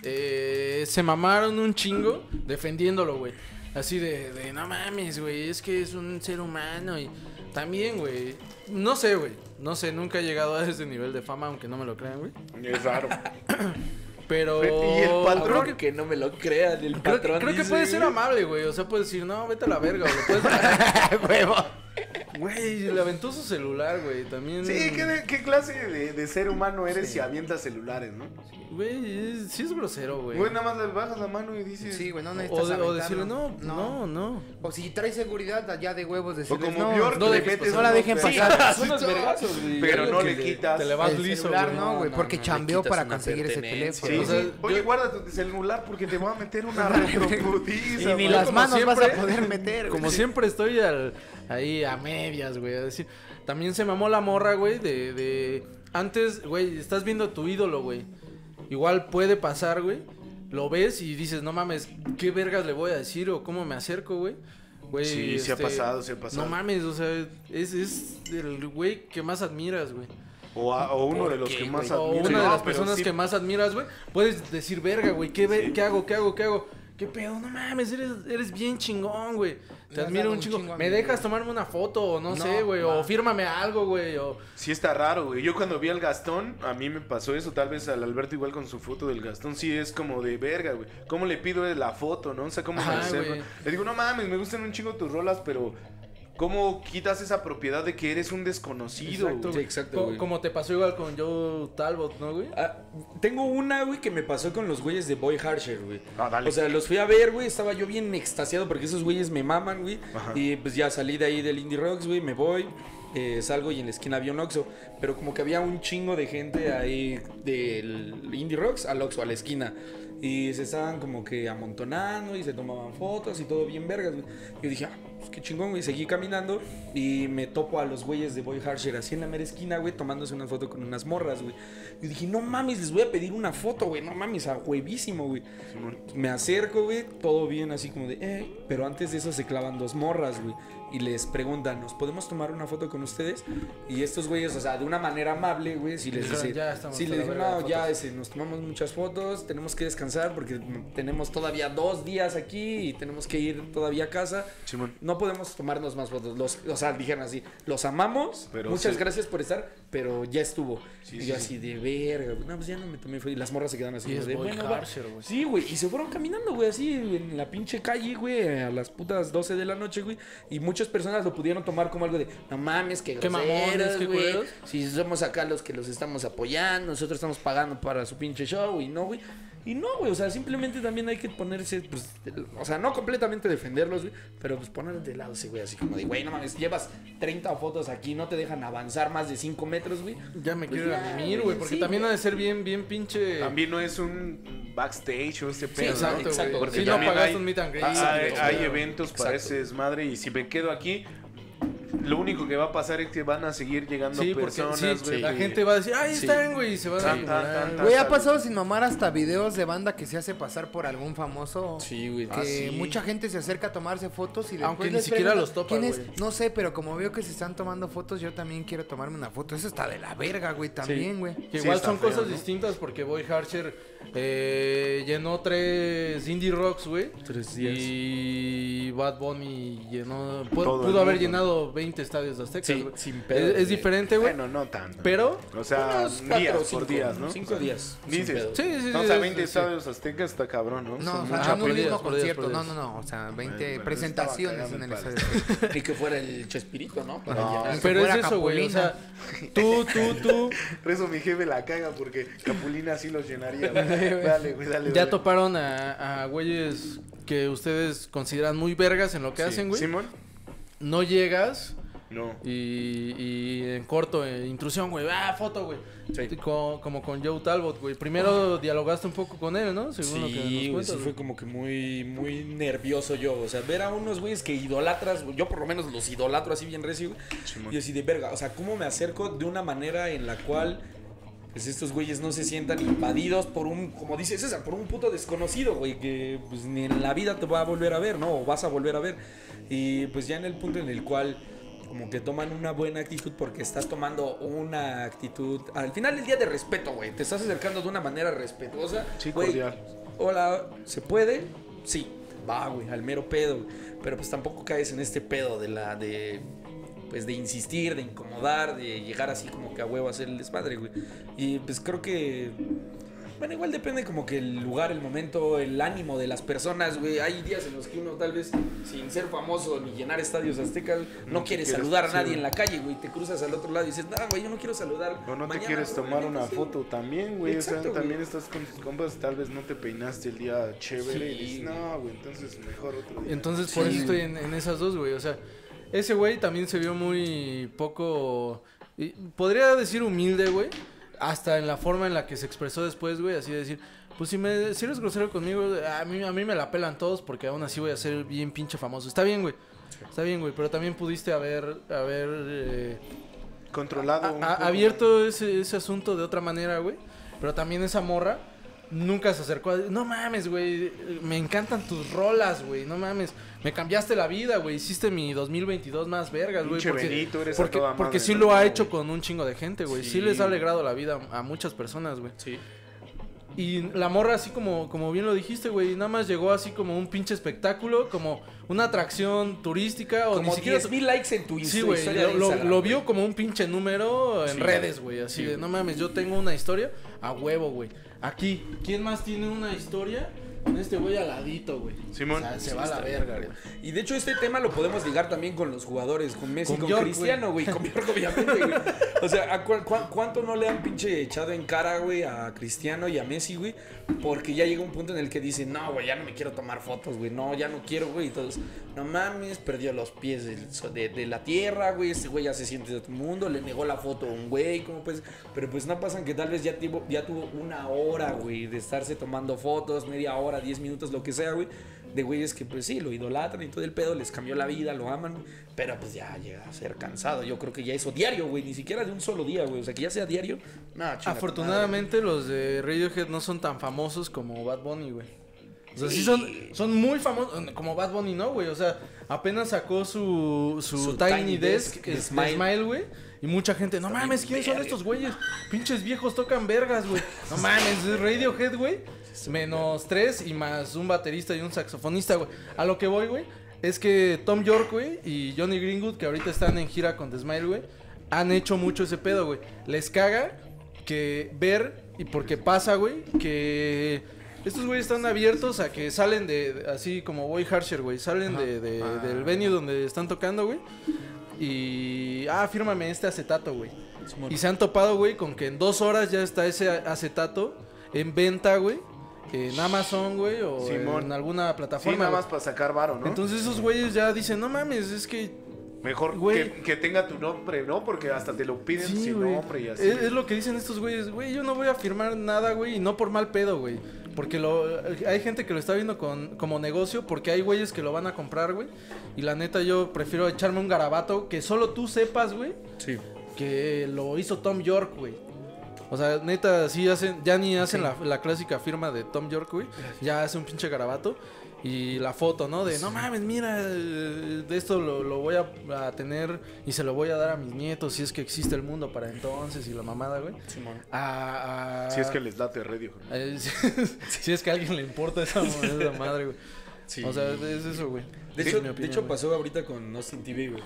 D: eh, se mamaron un chingo defendiéndolo, güey. Así de, de, no mames, güey, es que es un ser humano y también, güey. No sé, güey. No sé, nunca he llegado a ese nivel de fama, aunque no me lo crean, güey.
C: Es raro.
D: Pero...
C: Y el patrón
A: Cabrón, que no me lo crean, el
D: Creo,
A: patrón.
D: creo que
A: dice,
D: puede ser
A: güey.
D: amable, güey. O sea, puedes decir, no, vete a la verga, güey. Puedes-
F: Huevo.
D: Güey, le aventó su celular, güey. También...
C: Sí, ¿qué, de- qué clase de, de ser humano eres si avientas celulares, no?
D: Güey, es- sí es grosero, güey.
C: Güey, nada más le bajas la mano y dices.
F: Sí, güey, no
D: o,
F: necesitas
D: de- o
F: aventarlo.
D: decirle, no, no, no.
F: O si traes seguridad allá de huevos
C: O
F: decirles,
C: como
F: no.
C: Bjork,
D: no
C: le
D: dejes pasar.
C: metes
F: No la
C: unos
F: dejen
C: pedazos,
F: pasar.
A: Son unos vergazos, güey.
C: Pero
A: Algo
C: no
A: que
C: le quitas.
D: Te le vas
F: El
D: liso,
F: celular
D: güey.
F: no, güey,
A: no,
F: porque
A: no, le
F: chambeó
A: quitas
F: para
A: una
F: conseguir ese
A: pertenencia.
F: teléfono.
C: Sí,
D: O sea,
C: sí. Oye,
D: yo-
C: guarda tu celular porque te voy a meter una retroputiza.
F: Y ni
C: güey.
F: las
D: como
F: manos vas a
D: siempre-
F: poder meter, güey.
D: Como siempre estoy al- ahí a medias, güey. A decir, también se mamó la morra, güey, de, de... Antes, güey, estás viendo tu ídolo, güey. Igual puede pasar, güey. Lo ves y dices, no mames, ¿qué vergas le voy a decir o cómo me acerco, güey? Güey, este,
C: Sí, sí ha pasado, sí ha pasado.
D: No mames, o sea, es, es el güey que más admiras, güey.
C: O, a- o uno de los que más
D: O
C: admiro.
D: una de
C: No,
D: las
C: pero
D: personas
C: sí,
D: que más admiras, güey. Puedes decir, verga, güey, ¿qué, ve- ¿qué hago? ¿Qué hago? ¿Qué hago? ¿Qué pedo? No mames, eres, eres bien chingón, güey.
F: Le
D: Te
F: has
D: admiro
F: dado
D: un
F: un
D: chingo.
F: chingo a
D: ¿Me
F: mi
D: dejas
F: vida.
D: tomarme una foto o no,
F: No,
D: sé, güey?
F: ma.
D: O fírmame algo, güey. O...
C: Sí está raro, güey. Yo cuando vi al Gastón, a mí me pasó eso. Tal vez al Alberto igual con su foto del Gastón. Sí es como de verga, güey. ¿Cómo le pido la foto, no? O sea, ¿cómo me
D: Ajá,
C: reservo?
D: güey.
C: Le digo, no mames, me gustan un chingo tus rolas, pero... ¿Cómo quitas esa propiedad de que eres un desconocido?
D: Exacto,
A: Sí,
C: güey?
A: exacto,
D: Co-
A: güey.
D: Como te pasó igual con Joe Talbot, ¿no, güey?
A: Ah, tengo una, güey, que me pasó con los güeyes de Boy Harsher, güey.
C: Ah, dale.
A: O sea, los fui a ver, güey. Estaba yo bien extasiado porque esos güeyes me maman, güey.
C: Ajá.
A: Y pues ya salí de ahí del Indie Rocks, güey. Me voy, eh, salgo y en la esquina había un Oxxo. Pero como que había un chingo de gente ahí del Indie Rocks al Oxxo, a la esquina. Y se estaban como que amontonando y se tomaban fotos y todo bien vergas, güey. Yo dije, ah, pues qué chingón, güey. Seguí caminando y me topo a los güeyes de Boy Harsher así en la mera esquina, güey, tomándose una foto con unas morras, güey. Yo dije, no mames, les voy a pedir una foto, güey. No mames, a huevísimo, güey. Me acerco, güey, todo bien, así como de, eh, pero antes de eso se clavan dos morras, güey, y les preguntan, ¿nos podemos tomar una foto con ustedes? Y estos güeyes, o sea, de una manera amable, güey, si les
D: Dijeron,
A: dicen,
D: "Ya estamos
A: si
D: a
A: les
D: la
A: dicen,
D: verga de
A: no, ya,
D: fotos".
A: ese, nos tomamos muchas fotos, tenemos que descansar porque mm, tenemos todavía dos días aquí y tenemos que ir todavía a casa.
C: Simón.
A: No podemos tomarnos más fotos. Los, o sea, dijeron así, los amamos,
C: Pero
A: muchas
C: sí.
A: gracias por estar, pero ya estuvo.
C: Sí,
A: y
C: sí,
A: yo
C: sí.
A: así de verga, güey, no, pues ya no me tomé foto. Y las morras se quedan así
D: Y es
A: de,
D: Boy
A: bueno, va".
D: Harsher, güey.
A: Sí, güey, y se fueron caminando, güey, así en la pinche calle, güey, a las putas 12 de la noche, güey. Y muchas personas lo pudieron tomar como algo de, no mames, que
D: Qué mamones, qué
A: güey.
D: culeros.
A: Si somos acá los que los estamos apoyando, nosotros estamos pagando para su pinche show y no, güey. Y no, güey, o sea, simplemente también hay que ponerse, pues, del- o sea, no completamente defenderlos, güey, pero pues poner de lado ese güey, así como de, güey, no mames, llevas 30 fotos aquí, no te dejan avanzar más de 5 metros. metros, güey.
D: Ya me
A: Pues
D: quiero ir
A: ya,
D: a mimir, güey.
A: güey,
D: Porque
A: sí,
D: también ha
A: güey.
D: de ser bien, bien pinche.
C: También no es un backstage o este pedo. ¿no?
D: Eh. exacto,
A: exacto,
D: güey.
A: porque
D: Sí, no
C: también
D: pagaste
C: hay-
D: un meet and greet.
C: Ah, hay,
D: güey.
C: hay eventos para
A: Exacto.
C: ese desmadre y si me quedo aquí, lo único que va a pasar es que van a seguir llegando
D: Sí, porque
C: personas,
D: sí,
C: güey,
D: la
C: que-
D: gente va a decir, ahí
A: Sí.
D: están, güey, y se van a
C: Tan, tan, tan, tan.
D: enamorar.
C: Güey,
B: Güey, ha pasado sin mamar hasta videos de banda que se hace pasar por algún famoso.
A: Sí, güey.
B: Que
A: Ah, sí.
B: mucha gente se acerca a tomarse fotos y después
D: Aunque ni
B: les
D: siquiera
B: pregunta,
D: los topa,
B: "¿Quién es?".
D: güey.
B: No sé, pero como veo que se están tomando fotos, yo también quiero tomarme una foto. Eso está de la verga, güey, también, güey.
D: Que
C: Sí,
D: igual
C: está
D: son
C: feo,
D: cosas
C: ¿no?
D: distintas porque Boy Harcher eh, llenó tres Indie Rocks, güey.
A: Tres días.
D: Y Bad Bunny llenó. pu-
C: Todo el
D: pudo haber
C: mundo.
D: llenado 20ente estadios de Azteca.
A: Sí,
D: güey.
A: sin
D: Es-
A: pedo,
D: Es,
A: güey.
D: diferente, güey.
C: Bueno, no tanto.
D: pero.
C: o sea,
A: Unos cuatro
C: días
A: o
C: por
A: cinco,
C: días, ¿no?
A: Cinco días. sin
C: Dices,
A: pedo.
D: Sí, sí, sí.
C: No, o sea,
D: sí,
C: 20
D: sí.
C: estadios aztecas está cabrón, ¿no?
B: No, o
C: Son
B: sea,
C: muchas
B: no en
D: por
B: un
D: días,
B: mismo
D: por días,
B: concierto.
D: por
B: No, no,
D: días.
B: no. O sea, 20
C: bueno, eso
B: presentaciones
C: estaba
B: en el
C: cagado el
B: estadio.
A: Y que fuera el Chespirito, ¿no? Para
C: No,
A: llenar.
B: que
D: Pero es
B: fuera
D: eso, güey. O sea, tú, tú, tú.
C: Por eso mi jefe la caga porque Capulina sí los llenaría. güey. Dale, güey, dale.
D: Ya
C: dale.
D: toparon a, a güeyes que ustedes consideran muy vergas en lo que
C: Sí.
D: hacen, güey.
C: ¿Simón?
D: No llegas
C: No.
D: y, y en corto, eh, intrusión, güey. Ah, foto, güey.
A: Sí.
D: Co- como con Joe Talbot, güey. Primero dialogaste un poco con él, ¿no? Según lo que nos
A: Sí, güey,
D: cuentas,
A: sí
D: güey.
A: fue como que muy, muy nervioso yo. O sea, ver a unos güeyes que idolatras, güey, yo por lo menos los idolatro así bien recio, güey.
C: Simón.
A: Y así de verga. O sea, ¿cómo me acerco de una manera en la cual pues, estos güeyes no se sientan invadidos por un, como dice César, por un puto desconocido, güey, que pues ni en la vida te va a volver a ver, ¿no? O vas a volver a ver. Y pues ya en el punto en el cual como que toman una buena actitud porque estás tomando una actitud al final el día de respeto, güey. Te estás acercando de una manera respetuosa.
C: Sí,
A: güey.
C: cordial.
A: Hola, ¿se puede? Sí, va, güey, al mero pedo. güey. Pero pues tampoco caes en este pedo de la de pues de insistir, de incomodar, de llegar así como que a huevo a hacer el desmadre, güey. Y pues creo que bueno, igual depende como que el lugar, el momento, el ánimo de las personas, güey. Hay días en los que uno tal vez, sin ser famoso ni llenar estadios aztecas, no,
C: te
A: quiere
C: quieres-
A: saludar a
C: sí,
A: nadie
C: güey.
A: en la calle, güey. Te cruzas al otro lado y dices, no, güey, yo no quiero saludar.
C: O no te
A: Mañana,
C: quieres
A: güey,
C: tomar
A: la neta,
C: una
A: sí".
C: foto también, güey. o
A: Exacto,
C: sea,
A: güey.
C: también estás con tus compas, tal vez no te peinaste el día chévere y
A: Sí,
C: dices,
A: güey.
C: no, güey, entonces mejor otro día.
D: Entonces, por
A: Sí.
D: eso estoy en, en esas dos, güey. O sea, ese güey también se vio muy poco. y Podría decir humilde, güey. Hasta en la forma en la que se expresó después, güey. Así de decir, pues si, me, si eres grosero conmigo, a mí, a mí me la pelan todos porque aún así voy a ser bien pinche famoso. Está bien, güey. Está bien, güey. Pero también pudiste haber. haber eh,
C: Controlado. un
D: a-
C: poco,
D: abierto ese, ese asunto de otra manera, güey. Pero también esa morra nunca se acercó a... No mames, güey. Me encantan tus rolas, güey. No mames. Me cambiaste la vida, güey. Hiciste mi 2022 más vergas, güey.
C: Pinche Benito, eres a
D: porque,
C: toda
D: porque
C: madre,
D: sí
C: ¿no?
D: lo ha
A: No,
D: hecho
A: güey.
D: con un chingo de gente, güey. Sí.
A: Sí.
D: les ha alegrado la vida a muchas personas, güey.
A: Sí.
D: Y la morra, así como, como bien lo dijiste, güey. Nada más llegó así como un pinche espectáculo. Como una atracción turística. O ni
A: Como
D: siquiera...
A: 10 mil likes en tu Insta-
D: Sí, güey,
A: historia
D: lo,
A: de
D: lo-
A: Instagram,
D: lo
A: güey.
D: vio como un pinche número en
A: Sí.
D: redes, güey. Así
A: Sí,
D: de,
A: güey.
D: no mames, yo tengo una historia a huevo, güey. Aquí, ¿quién más tiene una historia? Con este güey aladito, güey.
C: Simón.
D: O sea, se va a la verga, güey.
A: Y de hecho este tema lo podemos ligar también con los jugadores, con Messi,
D: Con
A: con,
D: Bjork,
A: Cristiano, güey, con Bjork obviamente, güey. O sea, ¿a cuál- cuá- ¿cuánto no le han pinche echado en cara, güey, a Cristiano y a Messi, güey? Porque ya llega un punto en el que dicen, no, güey, ya no me quiero tomar fotos, güey, no, ya no quiero, güey. Entonces, no mames, perdió los pies del so- de, de la tierra, güey, este güey ya se siente de otro mundo, le negó la foto a un güey, como pues, pero pues no pasan que tal vez ya, tuvo- ya tuvo una hora, güey, de estarse tomando fotos, media hora, 10 minutos, lo que sea, güey de güeyes que pues sí, lo idolatran y todo el pedo, les cambió la vida, lo aman, pero pues ya llega a ser cansado. Yo creo que ya eso diario, güey, ni siquiera de un solo día, güey, o sea, que ya sea diario. nada chinga tu
D: Afortunadamente los de Radiohead no son tan famosos como Bad Bunny, güey. O sea, sí son, son muy famosos, como Bad Bunny, ¿no, güey? O sea, apenas sacó su, su,
A: Su
D: Tiny,
A: Tiny
D: Desk,
A: Desk,
D: es- de
A: Smile.
D: Smile, güey. Y mucha gente, no mames, ¿quiénes son estos güeyes? Pinches viejos tocan vergas, güey. No mames, es Radiohead, güey. Menos tres y más un baterista y un saxofonista, güey. A lo que voy, güey, es que Tom York, güey, y Johnny Greenwood, que ahorita están en gira con The Smile, güey, han hecho mucho ese pedo, güey. Les caga que ver, y porque pasa, güey, que estos güeyes están abiertos a que salen de, de- así como Boy Harsher, güey, salen de, de- del venue donde están tocando, güey. Y, ah, fírmame este acetato, güey.
A: Simón.
D: Y se han topado, güey, con que en dos horas ya está ese acetato en venta, güey. En Amazon, güey, o
C: Simón.
D: en alguna
C: Sí,
D: plataforma.
C: nada
D: güey.
C: más para sacar varo, ¿no?
D: Entonces esos güeyes ya dicen, no mames, es que
C: Mejor
D: Güey.
C: que, que tenga tu nombre, ¿no? Porque hasta te lo piden
D: Sí,
C: sin
D: güey.
C: nombre y así.
D: Es, es lo que dicen estos güeyes, güey, yo no voy a firmar nada, güey, y no por mal pedo, güey. Porque lo, hay gente que lo está viendo con, como negocio, porque hay güeyes que lo van a comprar, güey. Y la neta, yo prefiero echarme un garabato que solo tú sepas, güey,
A: Sí.
D: que lo hizo Tom York, güey. O sea, neta, sí hacen, ya ni hacen la, la clásica firma de Tom York, güey. Ya hace un pinche garabato. Y la foto, ¿no? De, no mames, mira, eh, de esto lo, lo voy a, a tener y se lo voy a dar a mis nietos si es que existe el mundo para entonces y la mamada, güey. A- a-
C: Si es que les late radio.
D: eh, si, si es que a alguien le importa esa, esa madre, güey.
A: Sí.
D: O sea, es eso, güey.
A: De
D: Es
A: hecho,
D: mi
A: de
D: opinión,
A: hecho
D: güey.
A: pasó ahorita con Austin TV, güey.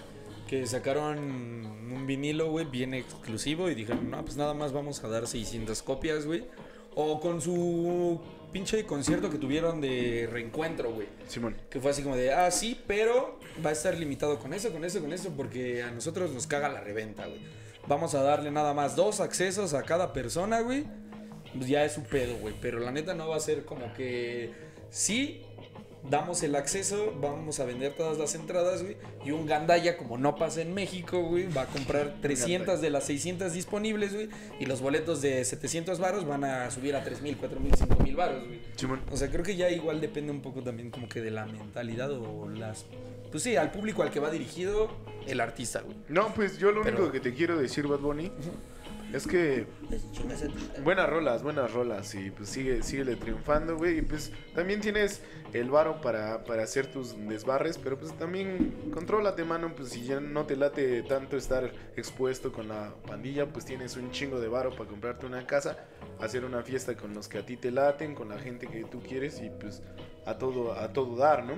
A: Que sacaron un vinilo, güey, bien exclusivo y dijeron, no, pues nada más vamos a dar 600 copias, güey. O con su pinche concierto que tuvieron de reencuentro, güey.
C: Simón.
A: Que fue así como de, ah, sí, pero va a estar limitado con eso, con eso, con eso, porque a nosotros nos caga la reventa, güey. Vamos a darle nada más dos accesos a cada persona, güey. Pues ya es su pedo, güey. Pero la neta no va a ser como que, sí, damos el acceso, vamos a vender todas las entradas, güey. Y un gandaya, como no pasa en México, güey, va a comprar 300 de las 600 disponibles, güey. Y los boletos de 700 varos van a subir a 3.000, 4.000, 5.000 varos, güey.
C: Simón.
A: O sea, creo que ya igual depende un poco también como que de la mentalidad o las... Pues sí, al público al que va dirigido el artista, güey.
C: No, pues yo lo
A: Pero-
C: único que te quiero decir, Bad Bunny, es que buenas rolas, buenas rolas y pues sigue, síguele triunfando, güey. Y pues también tienes el varo para, para hacer tus desbarres, pero pues también contrólate, mano, pues si ya no te late tanto estar expuesto con la pandilla, pues tienes un chingo de varo para comprarte una casa, hacer una fiesta con los que a ti te laten, con la gente que tú quieres y pues a todo a todo dar, ¿no?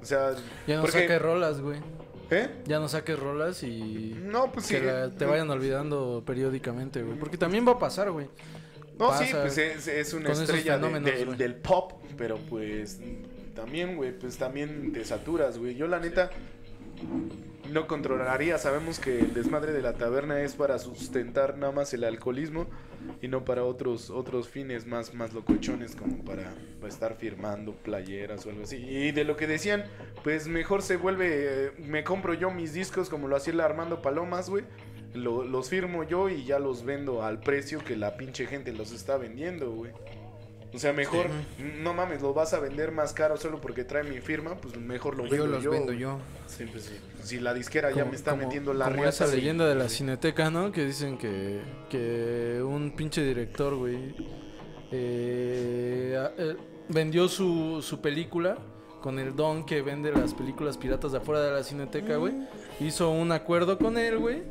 C: O sea,
D: Ya no
C: porque-
D: saques rolas, güey.
C: ¿eh?
D: Ya no saques rolas y...
C: No, pues
D: que
C: sí.
D: la- te vayan olvidando periódicamente, güey. Porque también va a pasar, güey.
C: No, sí,
D: pasa
C: pues es, es una
D: con esos
C: estrella de-
D: fenómenos,
C: del-
D: güey.
C: del pop, pero pues también, güey, pues también te saturas, güey. Yo la neta no controlaría, sabemos que el desmadre de la taberna es para sustentar nada más el alcoholismo y no para otros otros fines más más locochones como para, para estar firmando playeras o algo así. Y de lo que decían, pues mejor se vuelve, eh, me compro yo mis discos como lo hacía el Armando Palomas, güey. Lo- los firmo yo y ya los vendo al precio que la pinche gente los está vendiendo, güey. O sea, mejor, no mames, lo vas a vender más caro solo porque trae mi firma, pues mejor lo vendo yo.
B: Yo los vendo
C: güey.
B: yo.
C: Sí, pues sí. Si la disquera ya
D: Como-
C: me está
D: como-
C: metiendo la
D: como
C: riata,
D: esa
C: sí.
D: leyenda de la cineteca, ¿no? Que dicen que, que un pinche director, güey, eh, a- eh, vendió su, su película con el don que vende las películas piratas de afuera de la cineteca, güey.
C: Mm.
D: Hizo un acuerdo con él, güey,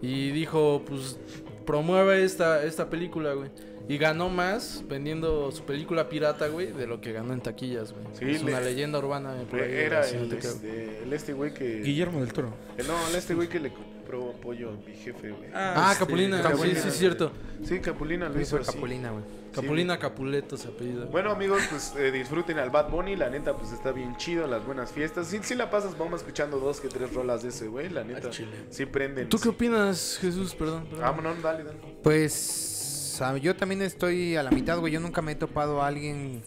D: y dijo, pues, promueve esta, esta película, güey. Y ganó más vendiendo su película pirata, güey, de lo que ganó en taquillas, güey.
C: Sí,
D: es una
C: le-
D: leyenda urbana. eh, por ahí de la
C: Era el,
D: Cineteca, güey.
C: este, el este güey que...
A: Guillermo del Toro.
C: eh, no, el este güey que le compró pollo a mi jefe, güey.
D: Ah, Capulina,
C: Capulina.
D: sí, sí, es cierto.
C: Sí, Capulina lo
B: Yo
C: hizo
B: soy
C: así.
B: Capulina, güey.
C: Sí,
D: Capulina Capuleto se apellida.
C: Bueno amigos, pues eh, disfruten al Bad Bunny, la neta pues está bien chido, las buenas fiestas. Si, si la pasas, vamos escuchando dos que tres rolas de ese güey, la neta. Sí prenden.
D: ¿Tú qué
C: sí.
D: opinas, Jesús? Perdón. perdón.
C: Vámonos, dale, dale.
B: Pues a- yo también estoy a la mitad, güey. Yo nunca me he topado a alguien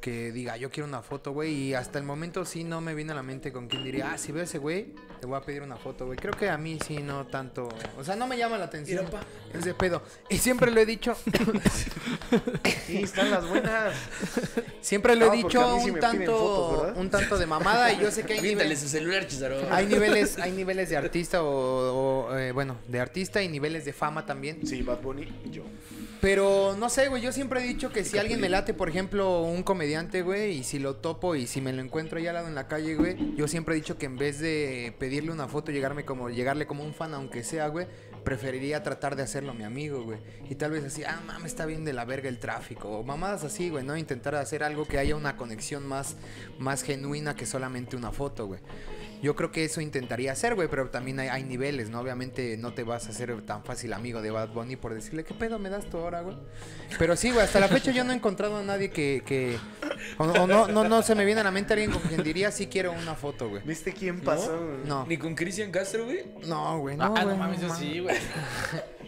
B: que diga, yo quiero una foto, güey. Y hasta el momento sí no me viene a la mente con quien diría, ah, si veo a ese güey, te voy a pedir una foto, güey. Creo que a mí sí no tanto. O sea, no me llama la atención.
A: Mira, pa.
B: Es de pedo. Y siempre lo he dicho,
C: Sí, están las buenas.
B: siempre lo he
C: No, porque a
B: dicho
C: mí sí
B: un
C: me piden
B: tanto
C: fotos, ¿verdad?
B: un tanto de mamada. Y yo sé que hay niveles.
A: su celular, Chizarón.
B: Hay niveles, hay niveles de artista o, o, eh, bueno, de artista y niveles de fama también.
C: Sí, Bad Bunny, yo.
B: Pero no sé, güey, yo siempre he dicho que si alguien me late, por ejemplo, un comediante, güey, y si lo topo y si me lo encuentro allá al lado en la calle, güey, yo siempre he dicho que en vez de pedirle una foto, llegarme como llegarle como un fan aunque sea, güey, preferiría tratar de hacerlo mi amigo, güey. Y tal vez así, ah, mames, está bien de la verga el tráfico o mamadas así, güey, no intentar hacer algo que haya una conexión más más genuina que solamente una foto, güey. Yo creo que eso intentaría hacer, güey, pero también hay, hay niveles, ¿no? Obviamente no te vas a hacer tan fácil amigo de Bad Bunny por decirle, ¿qué pedo me das tú ahora, güey? Pero sí, güey, hasta la fecha yo no he encontrado a nadie que... que o, o no, no, no se me viene a la mente alguien con quien diría, sí quiero una foto, güey.
C: ¿Viste quién pasó?
B: No.
A: Ni con Cristian Castro, güey.
B: No, güey,
D: Ah,
B: no,
D: no
B: güey,
D: mames,
B: no
D: yo
B: mames.
D: sí, güey.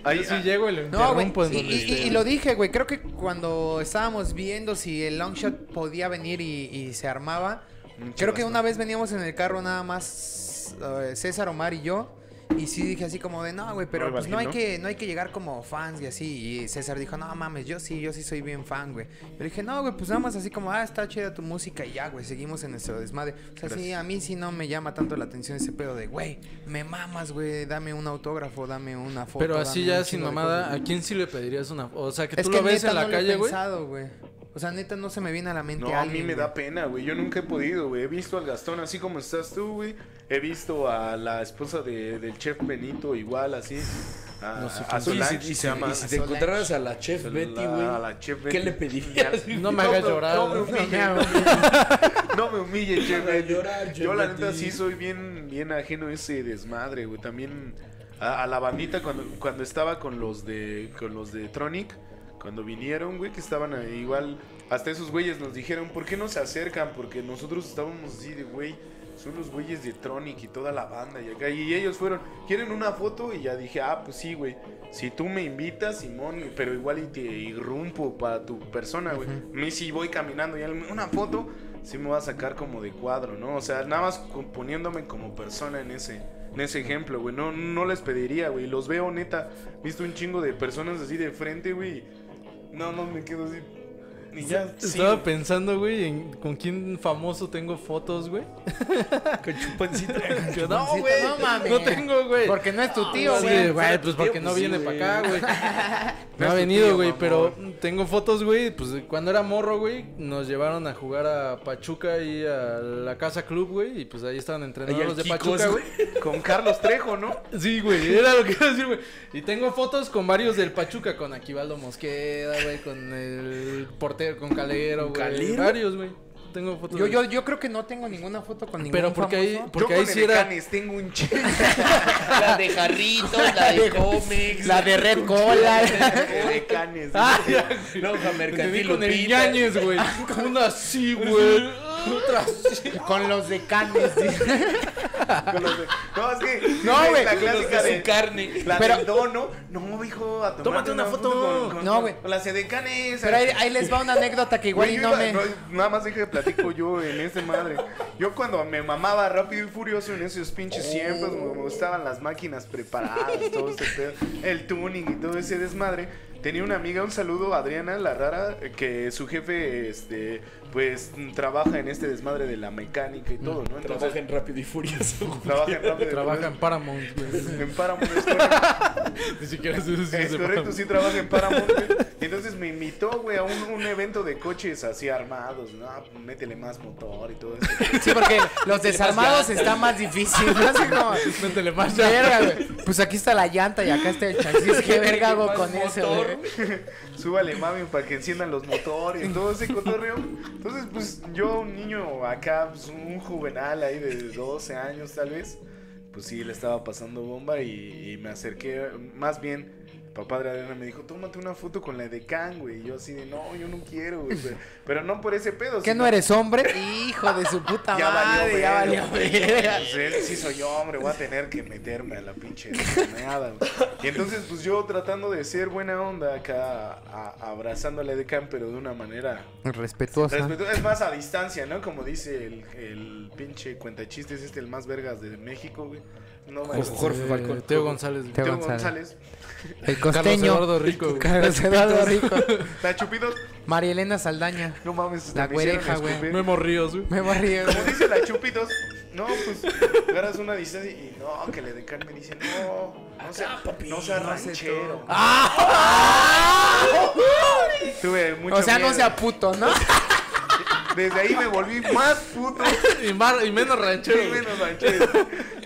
C: Ahí,
D: Yo sí
C: ah,
D: llego y lo
B: No, güey.
D: interrumpo en
B: Y,
D: donde
B: y-
D: esté.
B: y lo dije, güey. Creo que cuando estábamos viendo si el long shot podía venir y, y se armaba,
C: Un
B: creo que
C: chivas,
B: una
C: ¿no?
B: vez veníamos en el carro nada más fuimos eh, César, Omar y yo. Y sí dije así como de, no, güey, pero
C: No,
B: pues no hay,
C: imagino.
B: que, no hay que llegar como fans y así. Y César dijo, no mames, yo sí, yo sí soy bien fan, güey. Yo le dije, no, güey, pues nada más así como, ah, está chida tu música y ya, güey, seguimos en nuestro desmadre. O sea, sí, a mí sí no me llama tanto la atención ese pedo de, güey, me mamas, güey, dame un autógrafo, dame una foto.
D: Pero así
B: dame un
D: ya sin
B: chingo de
D: mamada,
B: cosas".
D: ¿a quién sí le pedirías una? O sea, que tú
B: Es
D: lo ves
B: neta
D: en la
B: no lo he
D: calle, güey.
B: pensado, güey. O sea, neta no se me viene a la mente
C: No, a mí
B: alguien,
C: me
B: güey.
C: da pena, güey. Yo nunca he podido, güey. He visto al Gastón así como estás tú, güey. He visto a la esposa de- del chef Benito igual, así. A,
D: No sé
C: a
D: quién es.
C: Solange
A: Y si, y si-
C: se llama.
A: y si te encontraras a la chef Betty, güey,
C: a la chef
A: ¿qué
C: Betty.
A: le pedirías?
D: No me hagas llorar.
C: No me
D: güey.
C: humille, no me humille, chef
A: Para
C: Betty.
A: llorar,
C: Yo
A: chef
C: la
A: Betty.
C: neta sí soy bien, bien ajeno a ese desmadre, güey. También a, a la bandita cuando, cuando estaba con los de con los de Tronic, cuando vinieron, güey, que estaban ahí igual. Hasta esos güeyes nos dijeron, ¿por qué no se acercan? Porque nosotros estábamos así de, güey, son los güeyes de Tronic y toda la banda y acá. Y ellos fueron, ¿quieren una foto? Y ya dije, ah, pues sí, güey. Si tú me invitas, Simón, pero igual y te irrumpo para tu persona, güey. A mí sí voy caminando y él, una foto sí me va a sacar como de cuadro, ¿no? O sea, nada más con- poniéndome como persona en ese, en ese ejemplo, güey. No, no les pediría, güey. Los veo, neta. Visto un chingo de personas así de frente, güey. No, no me quedo así. Y ya, sí,
D: Estaba
C: güey.
D: pensando, güey, en con quién famoso tengo fotos, güey.
A: Con chupancito.
D: Yo, no, güey.
B: no mames.
D: No tengo, güey.
B: Porque no es tu tío,
D: Sí,
B: güey.
D: güey, pues porque
A: pues
D: no
A: sí,
D: viene
A: güey.
D: para acá, güey.
B: No
D: No
B: es
D: ha
B: tu
D: venido,
B: tío,
D: güey,
B: mamón.
D: pero tengo fotos, güey. Pues de cuando era morro, güey, nos llevaron a jugar a Pachuca y a la Casa Club, güey. Y pues ahí estaban entrenando
A: Ahí al
D: los de
A: Kikos,
D: Pachuca, güey.
A: güey.
C: Con Carlos Trejo, ¿no?
D: Sí, güey, era lo que iba a decir, güey. Y tengo fotos con varios del Pachuca, con Aquivaldo Mosqueda, güey, con el portero, con Calero, güey.
A: Calero?
D: Varios, güey. Tengo fotos.
B: Yo,
D: de-
B: yo, yo creo que no tengo ninguna foto con ningún
D: Pero porque ahí,
B: famoso.
D: porque
C: Yo
D: ahí
C: con
D: sí
C: el
D: era.
C: Canes tengo un chingo.
A: La de jarritos, la de cómics.
B: La de Red Cola.
C: de Canes.
D: Ah, ya,
A: Lonja
D: Entendí
A: mercantil.
D: con el
A: Lupita.
D: Ñañez, güey. Una así, güey. Otra así.
B: Con los de Cannes. dice.
C: Con los de- No, es que.
B: No,
C: es
B: güey.
C: La
A: Con los
C: clásica
A: de su
C: de.
A: carne.
C: La
B: Pero-
C: del dono. No, hijo, a tomarte
D: Tómate una foto.
C: con- con-
B: No, güey.
C: Con las de Canes.
B: Pero ahí, ahí les va una anécdota que igual
C: Güey,
B: y
C: yo
B: no me.
C: iba- no, nada más dije que platico yo en este madre. Yo cuando me mamaba rápido y furioso en esos pinches tiempos, me me gustaban las máquinas preparadas, todo ese pedo, el tuning y todo ese desmadre. Tenía una amiga, un saludo, Adriana La Rara, que su jefe, este, pues, trabaja en este desmadre de la mecánica y todo, ¿no? Entonces,
A: Trabajen rápido y furioso. güey.
C: trabaja en rápido. y
D: Trabaja en Paramount, güey.
C: furioso. en Paramount, es correcto.
D: Ni siquiera se se-
C: Es
D: se-
C: correcto, sí trabaja en Paramount. güey. Entonces me invitó, güey, a un, un evento de coches así armados. No, métele más motor y todo eso.
B: Sí, porque los desarmados está más difícil. ¿no? Así como,
D: Métele más ya.
B: verga, güey. Pues aquí está la llanta y acá está el chasis. ¿Qué verga hago
A: Más
B: con eso,
A: motor,
B: güey?
C: súbale mami para que enciendan los motores, todo ese cotorreo. Entonces, pues yo, un niño acá, pues, un juvenal ahí de 12 años tal vez, pues sí, le estaba pasando bomba y, y me acerqué, más bien. Papá de Adriana me dijo, tómate una foto con la de Can, güey. Y yo así de, no, yo no quiero, güey. Pero, pero no por ese pedo.
B: ¿Qué
C: sino-
B: no eres hombre? Hijo de su puta
C: Ya
B: madre.
C: valió,
B: Ya
C: verga,
B: valió.
C: güey.
B: verga.
C: Pues él sí soy hombre, voy a tener que meterme a la pinche desmeada, güey. Y entonces, pues yo tratando de ser buena onda acá, a- abrazándole de Can, pero de una manera
B: Respetuosa.
C: respetuosa. Es más a distancia, ¿no? Como dice el, el pinche cuentachistes, este, el más vergas de México, güey. No, mames.
A: Ojo, Jorge
D: Eh,
A: Falcón.
D: Teo González. güey.
B: Teo
C: Teo
B: Pues, González.
C: González.
B: El
D: Carlos
B: costeño.
D: Eduardo Rico. güey.
B: Carlos Eduardo Rico.
C: ¿La chupidos?
B: María Elena Saldaña.
C: No mames.
B: La
C: me hicieron
B: güereja, güey.
C: escupir.
D: Memo Ríos, güey.
B: Me barrí.
C: Como dice la Chupitos, no, pues agarras una distancia y no, que le decan me dice, no, no sea,
B: Ah,
C: no sea ranchero. Tuve mucho
B: ¡Ah! O sea, no
C: miedo.
B: sea puto, ¿no?
C: Desde ahí me volví más puto
D: Y, mar- y menos ranchero.
C: y
D: güey.
C: menos ranchero.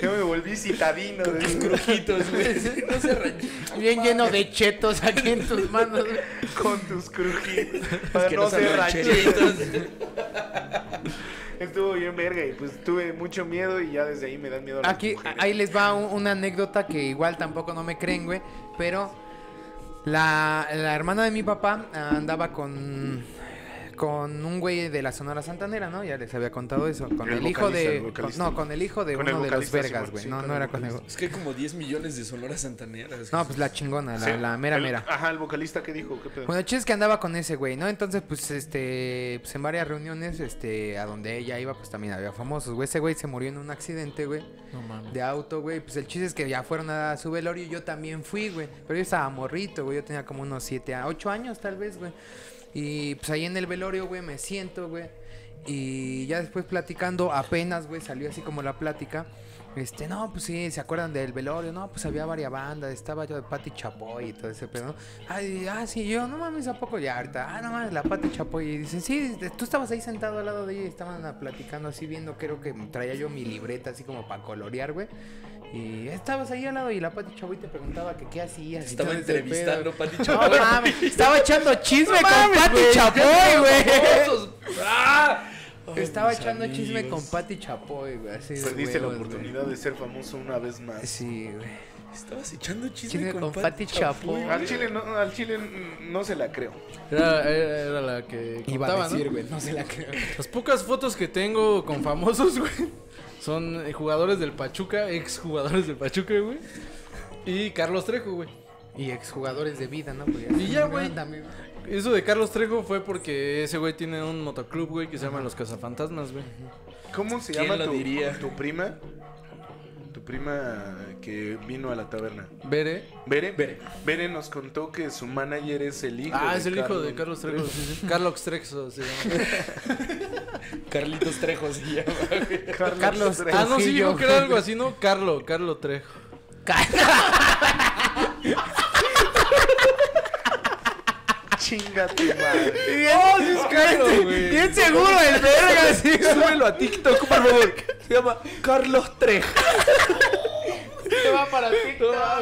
C: Yo me volví citadino. de-
A: Crujitos, güey. No se ranchó.
B: Bien lleno de chetos aquí en tus manos. güey.
C: Con tus crujitos. Para
A: que
C: no
A: no sean
C: ser ranchero.
A: rancheritos.
C: Estuvo bien verga y pues tuve mucho miedo y ya desde ahí me dan miedo las
B: Aquí,
C: mujeres.
B: ahí les va un- una anécdota que igual tampoco no me creen, güey. Pero la, la hermana de mi papá andaba con, con un güey de la Sonora Santanera, ¿no? Ya les había contado eso. Con
C: El
B: el, hijo
C: vocalista, el
B: de.
C: vocalista.
B: no, con el hijo de
C: Con el
B: uno de los
C: vocalista,
B: vergas,
C: Simón,
B: güey.
C: sí,
B: no,
C: con
B: no
C: el
B: era con el.
A: Es que hay como 10 millones de sonoras santaneras.
B: No, pues la chingona, la,
C: Sí,
B: la mera
C: el-
B: mera. Pues
C: Ajá, el vocalista que dijo, qué pedo.
B: Bueno, el chiste es que andaba con ese güey, ¿no? Entonces, pues, este, pues en varias reuniones, este, a donde ella iba, pues también había famosos, güey. Ese güey se murió en un accidente, güey,
F: No mames.
B: de auto, güey. Pues el chiste es que ya fueron a su velorio y yo también fui, güey. Pero yo estaba morrito, güey. Yo tenía como unos 7 a 8 años, tal vez, güey. Y pues ahí en el velorio, güey, me siento, güey. Y ya después platicando, apenas, güey, salió así como la plática. Este, no, pues sí, ¿se acuerdan del velorio? No, pues había varias bandas, estaba yo de Pati Chapoy y todo ese pedo. ¿no? Ay, ah, sí, yo, no mames, ¿a poco ya ahorita? Ah, no mames, la Pati Chapoy. Y dicen, sí, este, tú estabas ahí sentado al lado de ella y estaban ah, platicando así, viendo, creo que traía yo mi libreta así como para colorear, güey. Y estabas ahí al lado y la Pati Chapoy te preguntaba que qué hacías. y
A: Estaba
B: todo ese pedo.
A: entrevistando a Pati
B: No
A: Chapoy.
B: mames, estaba echando chisme con Pati
D: güey,
B: Chapoy, güey.
D: Famosos.
B: Estaba echando chisme con Pati Chapoy, güey. así de
C: Perdiste la
B: huevos, güey.
C: oportunidad de ser famoso una vez más.
B: Sí, güey.
A: Estabas echando chisme,
B: Chisme
A: con,
B: con
A: Pati
B: Pati
A: Chapoy.
B: Chapoy.
A: güey.
C: Al chile, no, al chile mm, no se la creo.
D: Era, era- era la que
B: Iba
D: contaba,
B: a
D: ¿no?
B: decir, güey, no se la creo.
D: Las pocas fotos que tengo con famosos, güey, son eh, jugadores del Pachuca, ex jugadores del Pachuca, güey. Y Carlos Trejo, güey.
B: Y exjugadores de vida, ¿no? Pues
D: Y ya,
B: no,
D: güey.
B: ándame,
D: Eso de Carlos Trejo fue porque ese güey tiene un motoclub, güey, que se llama Los Cazafantasmas, güey.
C: ¿Cómo se
A: ¿Quién
C: llama
A: lo
C: tu,
A: diría?
C: tu prima? Tu prima que vino a la taberna.
D: Bere.
C: Bere, Bere. nos contó que su manager es el hijo.
D: Ah, es el hijo de Carlos Trejo. sí, sí. Carlos Trejo se llama.
A: Carlitos Trejo se llama.
C: Carlos.
B: Carlos
C: Trejo.
D: Ah, no, sí,
B: Trujillo.
D: yo creo algo así, ¿no? Carlo, Carlo Trejo.
C: Chinga tu madre.
D: ¡Oh, sí es Carlo, güey!
B: Bien seguro el verga, sí.
A: Súbelo a TikTok, por favor. Se llama Carlos Trejo.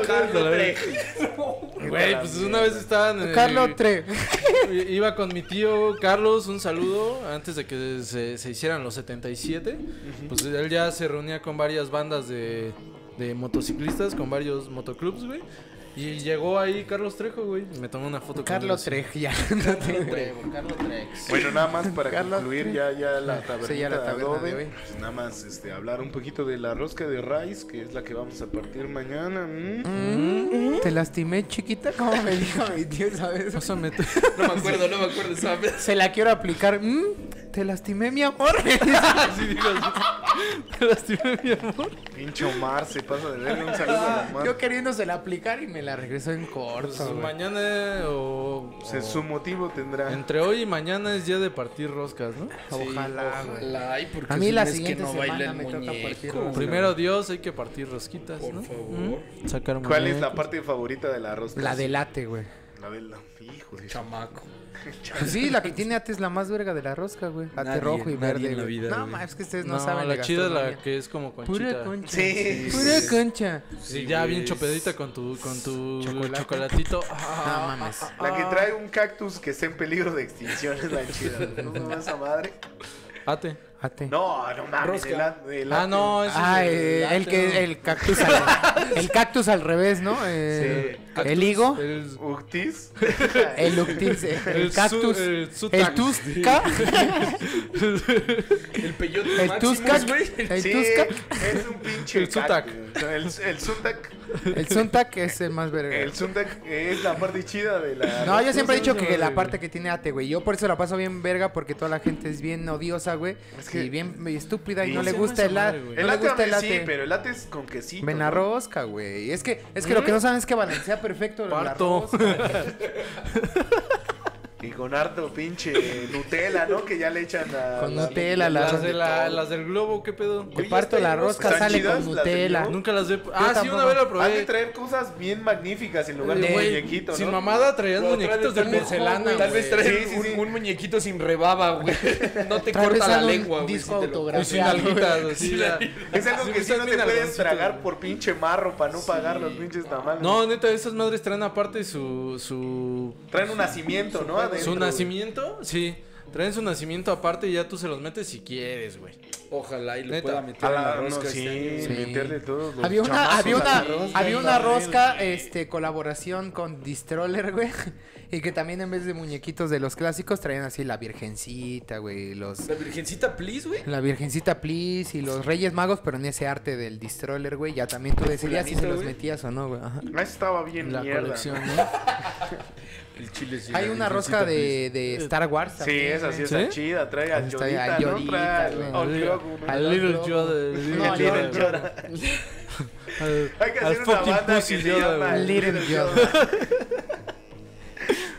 A: Carlos Trejo.
D: Güey, pues una vez estaban en el-
B: Carlos Tre.
D: I- Iba con mi tío Carlos, un saludo, antes de que se, se hicieran los 77. Pues él ya se reunía con varias bandas de, de motociclistas, con varios motoclubs, güey. Y llegó ahí Carlos Trejo, güey. y Me tomó una foto
B: Carlos
D: con él.
B: Tre, ya. No tengo.
D: Carlos Trejo.
C: Bueno, nada más para
B: Carlos
C: concluir ya, ya la taberna,
B: Sí, ya la taberna de hoy.
C: nada más este, hablar un poquito de la rosca de rice, que es la que vamos a partir mañana. mm.
B: Mm, Te lastimé, chiquita, como me dijo mi tío, ¿sabes?
D: Pásame tu-
A: No me acuerdo, no me acuerdo.
D: Pues
A: ¿sabes?
B: Se la quiero aplicar. Mm, Te lastimé, mi amor.
D: Así digo, así. Te lastimé, mi amor.
C: Pinche Omar se pasa de verga. Un saludo a Omar.
B: Yo queriéndosela aplicar y me la regresó en
D: Pues
B: corto, güey.
D: mañana o...
C: O sea,
D: o-
C: su motivo tendrá.
D: Entre hoy y mañana es día de partir roscas, ¿no?
B: Ojalá, güey.
A: Ay, porque
B: A mí
A: si
B: la
A: no es
B: siguiente
A: que no
B: semana
A: baila el
B: me toca partir
A: muñeco.
B: rosca.
A: güey.
D: Primero Dios, hay que partir rosquitas,
A: Por
D: ¿no?
A: favor.
D: Mm. Sacar
C: ¿Cuál es la
D: muñecos.
C: parte favorita de la rosca?
B: La delate, güey.
C: La de la... Hijo de...
A: Chamaco.
B: Pues sí, la que tiene ate es la más verga de la rosca, güey. Ate
A: Nadie,
B: rojo y
A: nadie
B: verde.
A: en la
B: güey.
A: vida,
B: no,
A: güey.
B: ma, es que ustedes no, saben. de
D: la chida es la
B: gastronomía.
D: que es como conchita.
B: Pura concha.
C: Sí.
B: Pura concha.
D: Sí, ya
A: güey.
D: bien chopedita con tu con tu
B: Chocolate.
D: chocolatito.
B: No
D: Ah,
B: mames.
C: La que trae un cactus que está en peligro de extinción es la chida. güey. No mames esa madre.
D: ate.
B: Ate.
C: No, no mames. de la- de la-
D: Ah, no, ese es
B: Ah, eh,
D: ate,
B: el que
D: ¿no?
B: el cactus al, el cactus al revés, ¿no? Eh, el higo,
D: el
C: Uctis.
B: el luctis, eh, el,
D: el
B: cactus,
D: su- el
B: el,
D: sutac.
B: tusca,
A: El peyote
B: el
A: Maximus,
B: tusca,
A: güey.
B: el
C: Sí,
B: tusca,
C: es un pinche
D: El Zutac.
C: cactus. El, el Zutac.
B: el suntac es el más verga.
C: El Zutac es la parte chida de la...
B: No, yo siempre he dicho
D: Eso
B: que
D: es
B: la
D: horrible.
B: parte que tiene ate, güey. Yo por eso la paso bien verga porque toda la gente es bien odiosa, güey.
C: Es que-
B: Y bien estúpida y
C: Sí.
B: no le
D: ¿Cómo se
B: gusta el
D: llama esa
B: ate.
D: madre, güey?
B: No
C: El
B: le
C: ate,
B: gusta el
C: a mí sí,
B: ate.
C: pero el ate es con quesito.
B: Ven
C: ¿no?
B: a rosca, güey. Es que, es que lo que no saben es que balancea perfecto la
D: Parto.
B: rosca.
C: Y con harto pinche Nutella, ¿no? Que ya le echan a...
B: Con
C: la-
B: Nutella, la
D: las de
B: rosca.
D: la las del globo, ¿qué pedo?
B: Te parto la rosca,
C: ¿Están
B: sale
C: chidas
B: con
C: las de
B: Nutella.
C: Globo?
D: Nunca las he Ah, sí,
B: tampoco.
D: una vez lo
C: Hay que
D: probé.
C: traer cosas bien magníficas en lugar de
D: Güey,
C: muñequitos,
D: Sin
C: ¿no? este
D: mamada traían
A: No,
D: muñequitos de
A: tal vez-
D: porcelana,
A: Tal vez
D: güey.
A: traes
C: Sí, sí,
A: un,
C: sí.
A: un muñequito sin rebaba, güey. No te
B: Tal vez
A: corta la
B: haga un
A: lengua, güey.
B: disco
A: si te lo-
B: autogra-
D: Y sin alguitas, así ya.
C: Es algo
D: Sí,
C: que
D: sí,
C: sí no te
D: bien
C: puedes
D: algodoncito,
C: tragar
D: güey.
C: por pinche marro para no pagar los pinches tamales.
D: No, neta, esas madres traen aparte su su
C: Traen un nacimiento, ¿no? Adentro,
D: ¿Su
C: güey.
D: nacimiento? Sí. Traen su nacimiento aparte y ya tú se los metes si quieres, güey.
A: Ojalá y lo
D: Neta.
A: pueda meter en la rosca
C: sí,
A: este año.
B: Sí.
C: meterle todos los
B: Había una,
C: chamazos
B: había una,
C: a la rosca.
B: había una rosca, este, colaboración con Distroller, güey. Y que también en vez de muñequitos de los clásicos traían así la virgencita, güey. Los,
A: La virgencita, please, güey.
B: la virgencita Please y los Reyes Magos, pero en ese arte del Distroller, güey. Ya también tú decidías si
A: Fulanito,
B: se los
A: güey.
B: metías o no, güey. ajá.
C: Ah, estaba bien
D: La
C: mierda.
D: colección, ¿no?
A: El chile sí.
B: Hay
A: la virgencita,
B: una rosca de, de Star Wars.
C: Sí,
B: también,
C: esa sí
B: güey.
C: está
D: ¿Sí?
C: chida. Trae a
B: Está bien,
C: Yodita,
B: a
C: ¿no?
B: Yodita,
C: Trae
B: güey.
C: al Grogu,
D: Al
C: ¿no?
D: Little Yoda. el Little
B: No,
D: Yoda,
B: Little
D: güey. Al-
C: Hay que
D: al
C: hacer una
D: fucking
C: banda que
D: pussy
C: se
D: Yoda,
C: llama
D: güey.
B: Little
C: Little
B: Yoda.
C: Yoda.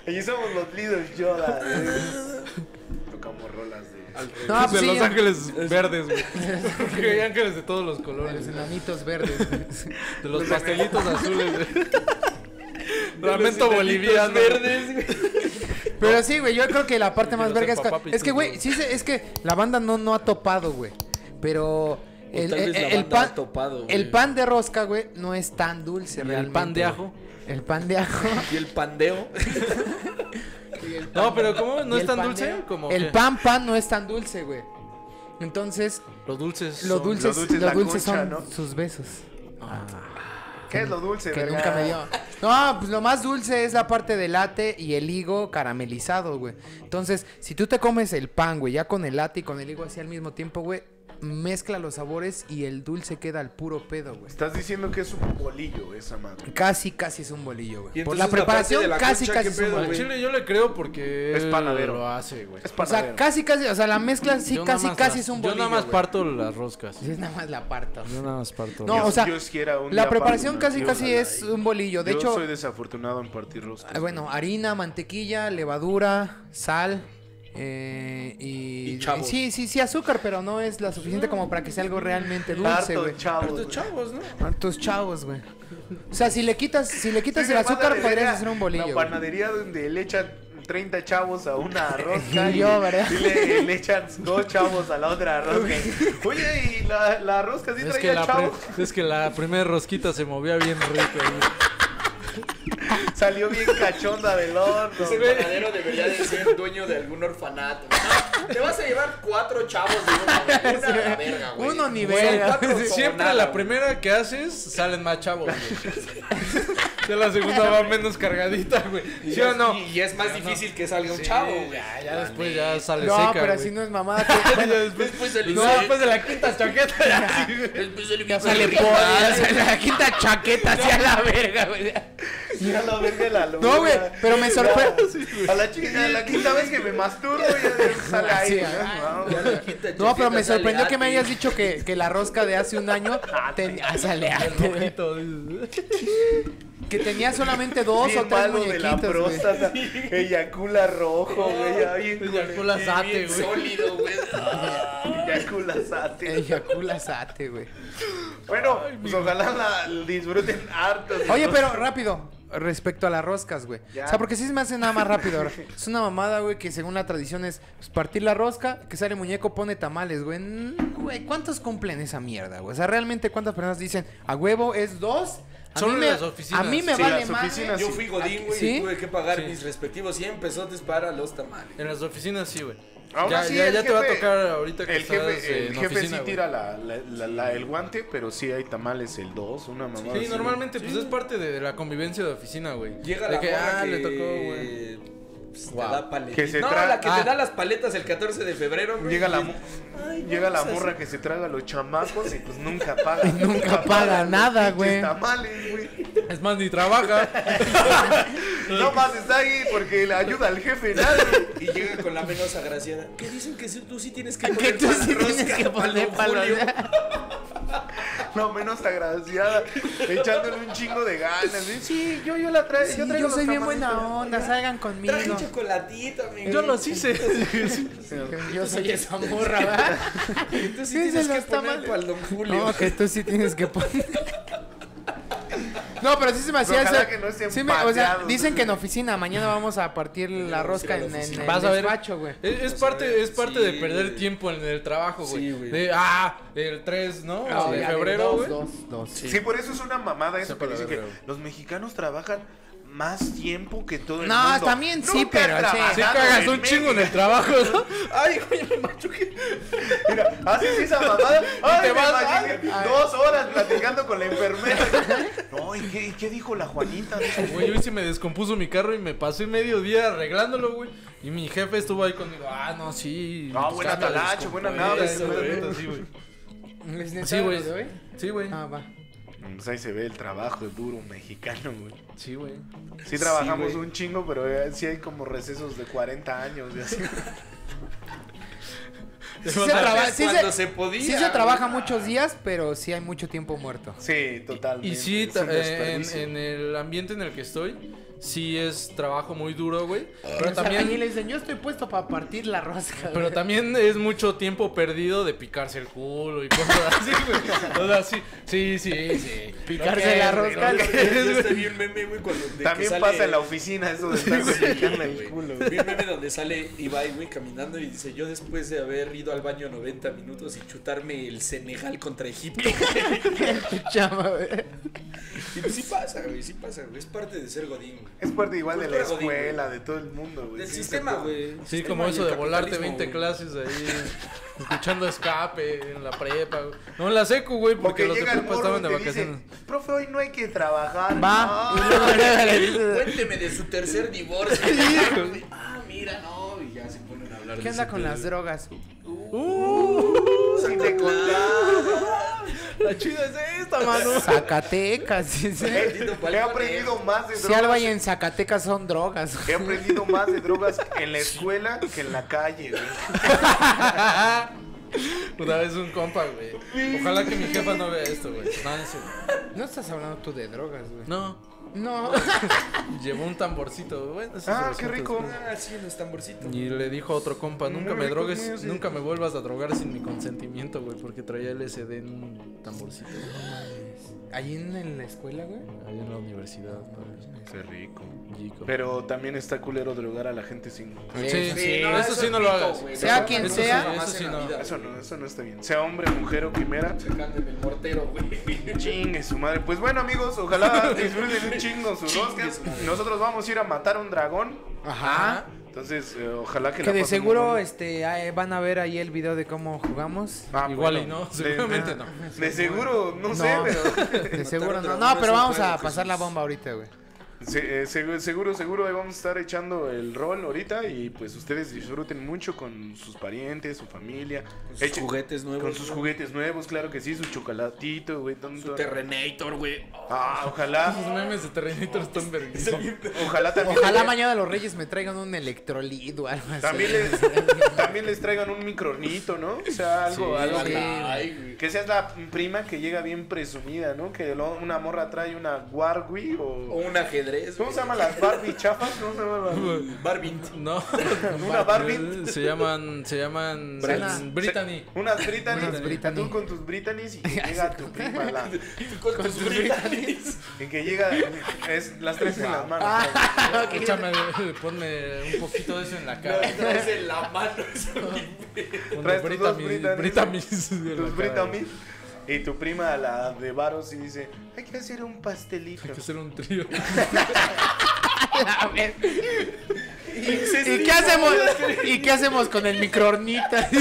C: Y somos los Little Yoda. güey. Tocamos rolas de...
B: No,
D: de
B: pues sí,
D: Los Ángeles Verdes, güey. Porque hay ángeles de todos los colores.
B: Los enanitos verdes. güey.
D: De los pastelitos azules, güey. Lamento
A: enanitos
D: boliviano.
A: verdes,
B: Pero sí, güey, yo creo que la parte
D: Y
B: más
D: los
B: verga es
D: Papá
B: que, es que,
D: Pitufo.
B: güey, sí, se- es que la banda no, no ha topado, güey. Pero
A: O
B: el,
A: tal
B: el-
A: vez la
B: el
A: banda
B: pan,
A: ha topado, güey.
B: el pan de rosca, güey, no es tan dulce
D: el
B: realmente.
D: pan de
B: güey.
D: ajo.
B: El pan de ajo.
A: Y el pandeo.
D: No, pero ¿cómo? ¿No
B: Y
D: es
B: el
D: tan
B: pan
D: dulce?
B: de-
D: Como
B: El
D: que
B: pan, pan no es tan dulce, güey. Entonces,
D: Los dulces.
B: los
D: son-
B: dulces, los
C: dulce es
B: dulces,
C: la concha,
B: son
C: ¿no?
B: sus besos.
C: ¿Qué es lo dulce,
B: Que
C: verga?
B: nunca me dio. No, pues lo más dulce es la parte del latte y el higo caramelizado, güey. Entonces, si tú te comes el pan, güey, ya con el latte y con el higo así al mismo tiempo, güey, mezcla los sabores y el dulce queda al puro pedo, güey.
C: Estás diciendo que es un bolillo esa madre.
B: Casi, casi es un bolillo,
A: Y
B: güey. Por
A: entonces
B: la
A: la parte
B: preparación,
A: de la
B: casi,
A: concha,
B: casi
A: ¿qué
B: es un
A: pedo,
B: bolillo.
D: Al
A: güey?
D: chile yo le creo porque
C: Es
D: él
C: panadero.
D: lo hace, güey.
C: Es
B: O sea,
C: panadero.
B: casi, casi, o sea, la mezcla sí,
D: Yo nada
B: casi,
D: más
B: casi
D: la-
B: es un bolillo.
D: Yo nada más
B: güey.
D: parto las roscas.
B: Yo nada más la parto.
D: Yo nada más parto.
B: No,
D: las-
B: o sea,
C: Dios quiera un
B: La
C: día
B: preparación
C: parto
B: casi,
C: una-
B: casi
C: Ojalá
B: es
C: y-
B: un bolillo. De
C: Yo
B: hecho,
C: soy desafortunado en partir roscas.
B: Ah, Bueno, harina, mantequilla, levadura, sal eh, y,
A: Y chavos.
B: sí, sí, sí, azúcar, pero no es la suficiente como para que sea algo realmente dulce, güey.
C: Harto chavo.
A: Estos
C: güey.
A: chavos, ¿no?
B: Hartos chavos, güey. O sea, si le quitas, si le quitas
C: Sí,
B: el
C: la
B: azúcar,
C: panadería-
B: podrías hacer un
C: La
B: bolillo. güey.
C: panadería donde le echan 30 chavos a una rosca.
B: Y yo, ¿verdad?
C: y le, le echan dos chavos a la otra rosca. Oye, y la, la rosca sí
D: Es que,
C: traía
D: la
C: chavos.
D: pri- es que la primera rosquita se movía bien rico. güey.
C: Salió bien cachonda del horno.
A: Ese panadero debería de ser dueño de algún orfanato. Te vas a llevar cuatro chavos de una, una a la verga, güey.
B: Uno ni
A: Son
B: verga.
A: cuatro
D: Siempre
A: sobonadas,
D: la
A: güey.
D: primera que haces salen más chavos. güey. ya la segunda va menos cargadita, güey. ¿Sí o no?
A: Y, y es más difícil que salga un chavo, güey.
D: Ya, ya después ya sale
B: No,
D: seca.
B: pero
D: güey.
B: así no es mamada. que-
D: Ya después,
A: Después del
D: no, después de la quinta chaqueta. ya.
A: Después del
B: Ya sale pollo, ya sale la quinta chaqueta hacia la verga, güey.
C: Mira la verga la luna.
B: No, güey, pero me sorprende.
C: A la, chica, a la quinta vez que me masturbo ya sale ahí.
B: Sí,
C: ¿no?
B: ah,
C: No,
B: No, pero me sorprendió que me hayas dicho que, que la rosca de hace un año ten- ah, sale arte, güey.
D: Rojito, dices.
B: que tenía solamente dos
C: bien
B: o tres
C: malo de la
B: muñequitos, güey.
C: próstata. Eyacula rojo, güey. ya bien culero.
D: Eyacula sate, güey.
A: Sólido, güey.
C: Eyacula sate.
B: Eyacula sate, güey.
C: Bueno, pues ojalá la disfruten harto. de
B: Oye,
C: los-
B: pero rápido. Respecto a las roscas, güey.
C: Ya.
B: O sea, porque sí se me hace nada más rápido. ahora. Es una mamada, güey, que según la tradición es pues, partir la rosca, que sale muñeco, pone tamales, güey. Mm, Güey, ¿cuántos cumplen esa mierda, güey? O sea, realmente, ¿cuántas personas dicen a huevo es dos? A
D: Solo
B: mí
D: en
B: me,
D: las oficinas.
B: A mí me
C: Sí,
B: vale
C: las
B: más.
C: oficinas.
A: Yo fui godín, güey,
B: ¿Sí?
A: y tuve que pagar
D: Sí.
A: mis respectivos 100 pesotes para los tamales.
D: En las oficinas sí, güey.
C: Aún
D: Ya,
C: así,
D: ya,
C: el
D: ya te va a
C: jefe-
D: tocar ahorita que
C: El jefe,
D: estás, eh,
C: el
D: en
C: jefe
D: oficina,
C: sí
D: güey.
C: tira la, la- la- la- el guante, pero sí hay tamales el 2, una mamá.
D: Sí, normalmente pues es parte de la convivencia de oficina, güey.
A: Llega
D: De
A: la
D: que,
A: morra
D: ah,
A: que
D: le tocó, güey.
A: pues,
D: Wow.
A: Te da paletas.
C: Que se
A: no,
C: tra-
A: la que
D: Ah.
A: te da las paletas el 14 de febrero, güey.
C: Llega la,
A: Y-
C: mo- llega la morra que se traga los chamacos y pues nunca paga.
B: nunca paga
C: los
B: nada,
C: pinches
B: güey.
C: tamales, güey.
D: Es más, ni trabaja.
C: No más está ahí porque le ayuda al jefe, nadie.
A: Y llega con la menos agraciada. ¿Qué dicen que sí- tú sí tienes que
B: Que
A: poner
B: tú sí
A: para la
B: tienes
A: rosca,
B: que
A: palo
B: poner palo.
A: Julio?
C: No, menos agraciada, echándole un chingo de ganas. ¿eh? Sí, yo, yo la traigo.
B: Sí,
C: yo
B: yo,
C: traigo los
B: soy bien
C: tamalitos.
B: buena onda, salgan conmigo.
A: Traje un chocolatito, amigo.
D: Yo los hice.
B: Yo soy esa morra, ¿verdad?
A: Que Tú sí
B: Sí,
A: tienes
B: se
A: que
B: los
A: poner
B: tamales.
A: pal don Julio.
B: No, que tú sí tienes que poner. No, pero sí se me hacía
C: Ojalá
B: eso.
C: que no estén
B: Sí me- o sea,
C: pateados.
B: dicen que en oficina, mañana vamos a partir la rosca
A: ir a la
B: en, en
A: oficina.
B: el
D: Vas a ver.
B: despacho, güey.
D: Es, es
A: Vas a
D: parte,
A: ver,
D: es parte
A: sí,
D: de perder
A: güey.
D: tiempo en el trabajo, güey.
A: Sí, güey.
D: De, ah, el 3, ¿no?
B: Ah,
D: de
B: ya,
D: febrero,
B: dos,
D: güey.
B: dos, dos.
C: Sí. por eso es una mamada eso
D: Sepa
C: que
D: la
C: dicen que
D: verga, güey.
C: los mexicanos trabajan más tiempo que todo el
B: No,
C: mundo.
B: también sí,
C: Nunca he
B: pero, o sea,
C: trabajado
D: Sí cagas
C: en
D: un
C: México.
D: chingo en el trabajo, ¿no? Ay, güey, me machuqué.
C: Mira, haces esa mamada. Ay,
D: te
C: me
D: vas,
C: imaginé
D: ay, ay.
C: dos horas platicando con la enfermera. No, ¿y qué, y qué dijo la Juanita?
D: Güey, hoy se me descompuso mi carro y me pasé medio día arreglándolo, güey. Y mi jefe estuvo ahí conmigo. Ah, no, sí. Pues,
C: Ah, buena
D: cámbiales,
C: talacha, buena
D: compa,
C: nave,
D: eso,
C: buena
D: güey,
C: nave.
D: Sí, güey.
B: ¿Es neta
D: Sí,
B: lo
D: güey.
B: de hoy?
D: Sí, güey.
B: Ah, va.
C: Pues ahí se ve el trabajo duro mexicano, güey.
D: Sí, güey.
C: Sí trabajamos
A: güey.
C: un chingo, pero eh, sí hay como recesos de 40 años y así.
B: Sí se,
D: Cuando
B: traba- sí
A: Cuando
B: se-
A: se podía.
B: sí se
A: güey.
B: trabaja muchos días, pero sí hay mucho tiempo muerto.
C: Sí, totalmente.
D: Y sí,
C: es
D: ta-
C: un
D: eh, en,
C: desperdicio.
D: en el ambiente en el que estoy, sí es trabajo muy duro, güey. Pero
B: Los
D: también,
B: albañiles dicen, yo estoy puesto para partir la rosca.
D: pero
B: güey".
D: también es mucho tiempo perdido de picarse el culo y cosas así, güey. O sea, sí, sí, sí, sí.
B: Picarse la rosca.
A: Yo hasta vi un meme, güey, cuando- de que
C: También
A: sale-
C: pasa en la oficina eso de estar picando el
A: güey.
C: culo.
A: Vi un meme donde sale Ibai, güey, caminando y dice, yo después de haber ido al baño 90 minutos y chutarme el Senegal contra Egipto.
B: Chama, güey.
A: y pues sí pasa, güey, sí pasa, güey. Es parte de ser godín, güey.
C: Es parte igual de la
A: Cultura godín,
C: escuela, de todo el mundo, güey.
A: Del
C: Sí,
A: sistema,
C: está-
A: güey.
D: Sí,
A: Pues Sistema
D: como
A: y
D: eso
A: el
D: de volarte
A: capitalismo,
D: 20
A: güey.
D: clases ahí, escuchando escape en la prepa, güey. No en la secu, güey, porque
C: Porque
D: los de
C: llega el
D: prepa
C: morro
D: estaban
C: y
D: de
C: te dice,
D: vacaciones.
C: profe, hoy no hay que trabajar.
B: Va.
C: no".
B: Y luego le dices,
A: Cuénteme de su tercer divorcio. ah, mira, no. Y ya se ponen a hablar de
B: ¿Qué onda
A: ese
B: con
A: pedo.
B: las drogas?
C: "Uh". Si te contara.
D: La chida es esta, mano.
B: Zacatecas. sí, sí.
A: Maldito
C: He
A: palmarés.
C: aprendido más de
B: Si algo
C: drogas.
B: hay en Zacatecas son drogas.
C: He aprendido más de drogas en la escuela que en la calle, güey.
D: Una vez un compa, güey. Ojalá que mi jefa no vea esto, güey. No, no sé, güey.
B: No estás hablando tú de drogas, güey.
D: No,
B: No.
D: llevó un tamborcito, güey. Bueno, esos
C: Ah, qué
D: asuntos,
C: rico.
D: güey.
A: Ah, sí, en los tamborcitos.
D: Y le dijo a otro compa,
C: Muy
D: nunca me
C: rico,
D: drogues,
C: muy así.
D: nunca me vuelvas a drogar sin mi consentimiento, güey, porque traía LSD en un tamborcito, güey,
B: Allí en, en la escuela, güey.
D: ahí en la universidad, güey.
C: Qué rico.
D: Yico.
C: Pero también está culero drogar a la gente sin.
D: Sí,
B: Sí,
D: sí,
A: no,
D: eso
A: eso
D: sí
A: es
D: no lo
A: rico,
D: hagas.
A: güey.
B: Sea
A: Eso
B: quien
A: jamás
B: sea,
A: en la
D: eso sí
A: vida,
D: no.
A: güey.
C: Eso no, eso no está bien. Sea hombre, mujer o quimera.
A: Sacándome el mortero, güey.
C: Chingue su madre. Pues bueno, amigos, ojalá disfruten un chingo sus
A: Chingue
C: roscas.
A: su madre.
C: Nosotros vamos a ir a matar a un dragón.
B: Ajá.
C: Entonces, eh, ojalá que
B: Ah, Que,
C: la
B: de
C: pasen muy
B: seguro
C: bien.
B: este, ah, eh, van a ver ahí el video de cómo jugamos.
C: Ah,
D: Igual y
C: bueno.
D: no, seguramente no.
C: De seguro, no, sé,
B: No.
C: pero.
B: De seguro
A: otra
B: no.
A: bomba
B: No,
A: es
B: pero
A: un
B: vamos
A: juego
B: a
C: pues,
A: que
B: pasar
A: es-
B: la bomba ahorita, güey.
C: Se- eh, segu- seguro, seguro, ahí vamos a estar echando el rol ahorita y pues ustedes disfruten mucho con sus parientes, su familia.
A: Con sus
C: Echen-
A: juguetes nuevos.
C: Con sus juguetes nuevos, claro que sí, su chocolatito, güey. tanto-
A: Su Terrenator, güey.
C: Ah, ojalá.
D: Esos memes de Terrenator están verguísimos.
C: Ojalá también.
B: Ojalá mañana los reyes me traigan un electrolid o algo así.
C: También les, también les traigan un micronito, ¿no? O sea, algo,
D: Sí,
C: algo
B: sí.
C: que,
A: Ay, güey.
C: que seas la prima que llega bien presumida, ¿no? Que lo- una morra trae una Warwi
A: O
C: o.
A: un ajedrez.
C: ¿Cómo se llaman las Barbie chafas? ¿Cómo se llaman las-
A: Barbint.
D: No.
C: Una Barbie.
D: Se llaman, se llaman
A: Brats.
D: Brittany.
C: Unas Britannies.
B: Unas Brittany.
C: Tú con tus Britannies y que llega tu prima la.
A: Con, tus britanis.
C: Y que llega. Es las tres en las manos.
D: Échame, ponme un poquito de eso en la
A: No,
D: cara.
A: traes en la mano. eso, güey.
D: Ponme
C: Traes tus dos Britannies.
D: Britannies en la
C: Tus
D: cara,
C: Britannies. Y tu prima, la de Varos, y dice: Hay que hacer un pastelito.
D: Hay que hacer un trío. pues,
B: A ver. ¿Y
A: sí,
B: qué hacemos? ¿Y qué hacemos con el microornita?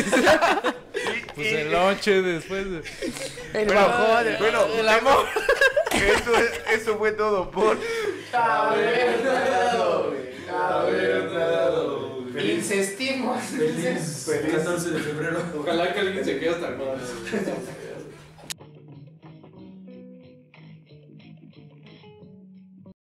D: Pues el lonche después. de-
B: El
C: Bueno,
B: bajón. el-
C: bueno,
B: el amor.
C: Eso, es- eso fue todo por.
B: Incestimos.
A: Feliz 14 de febrero. Ojalá que alguien se quede hasta el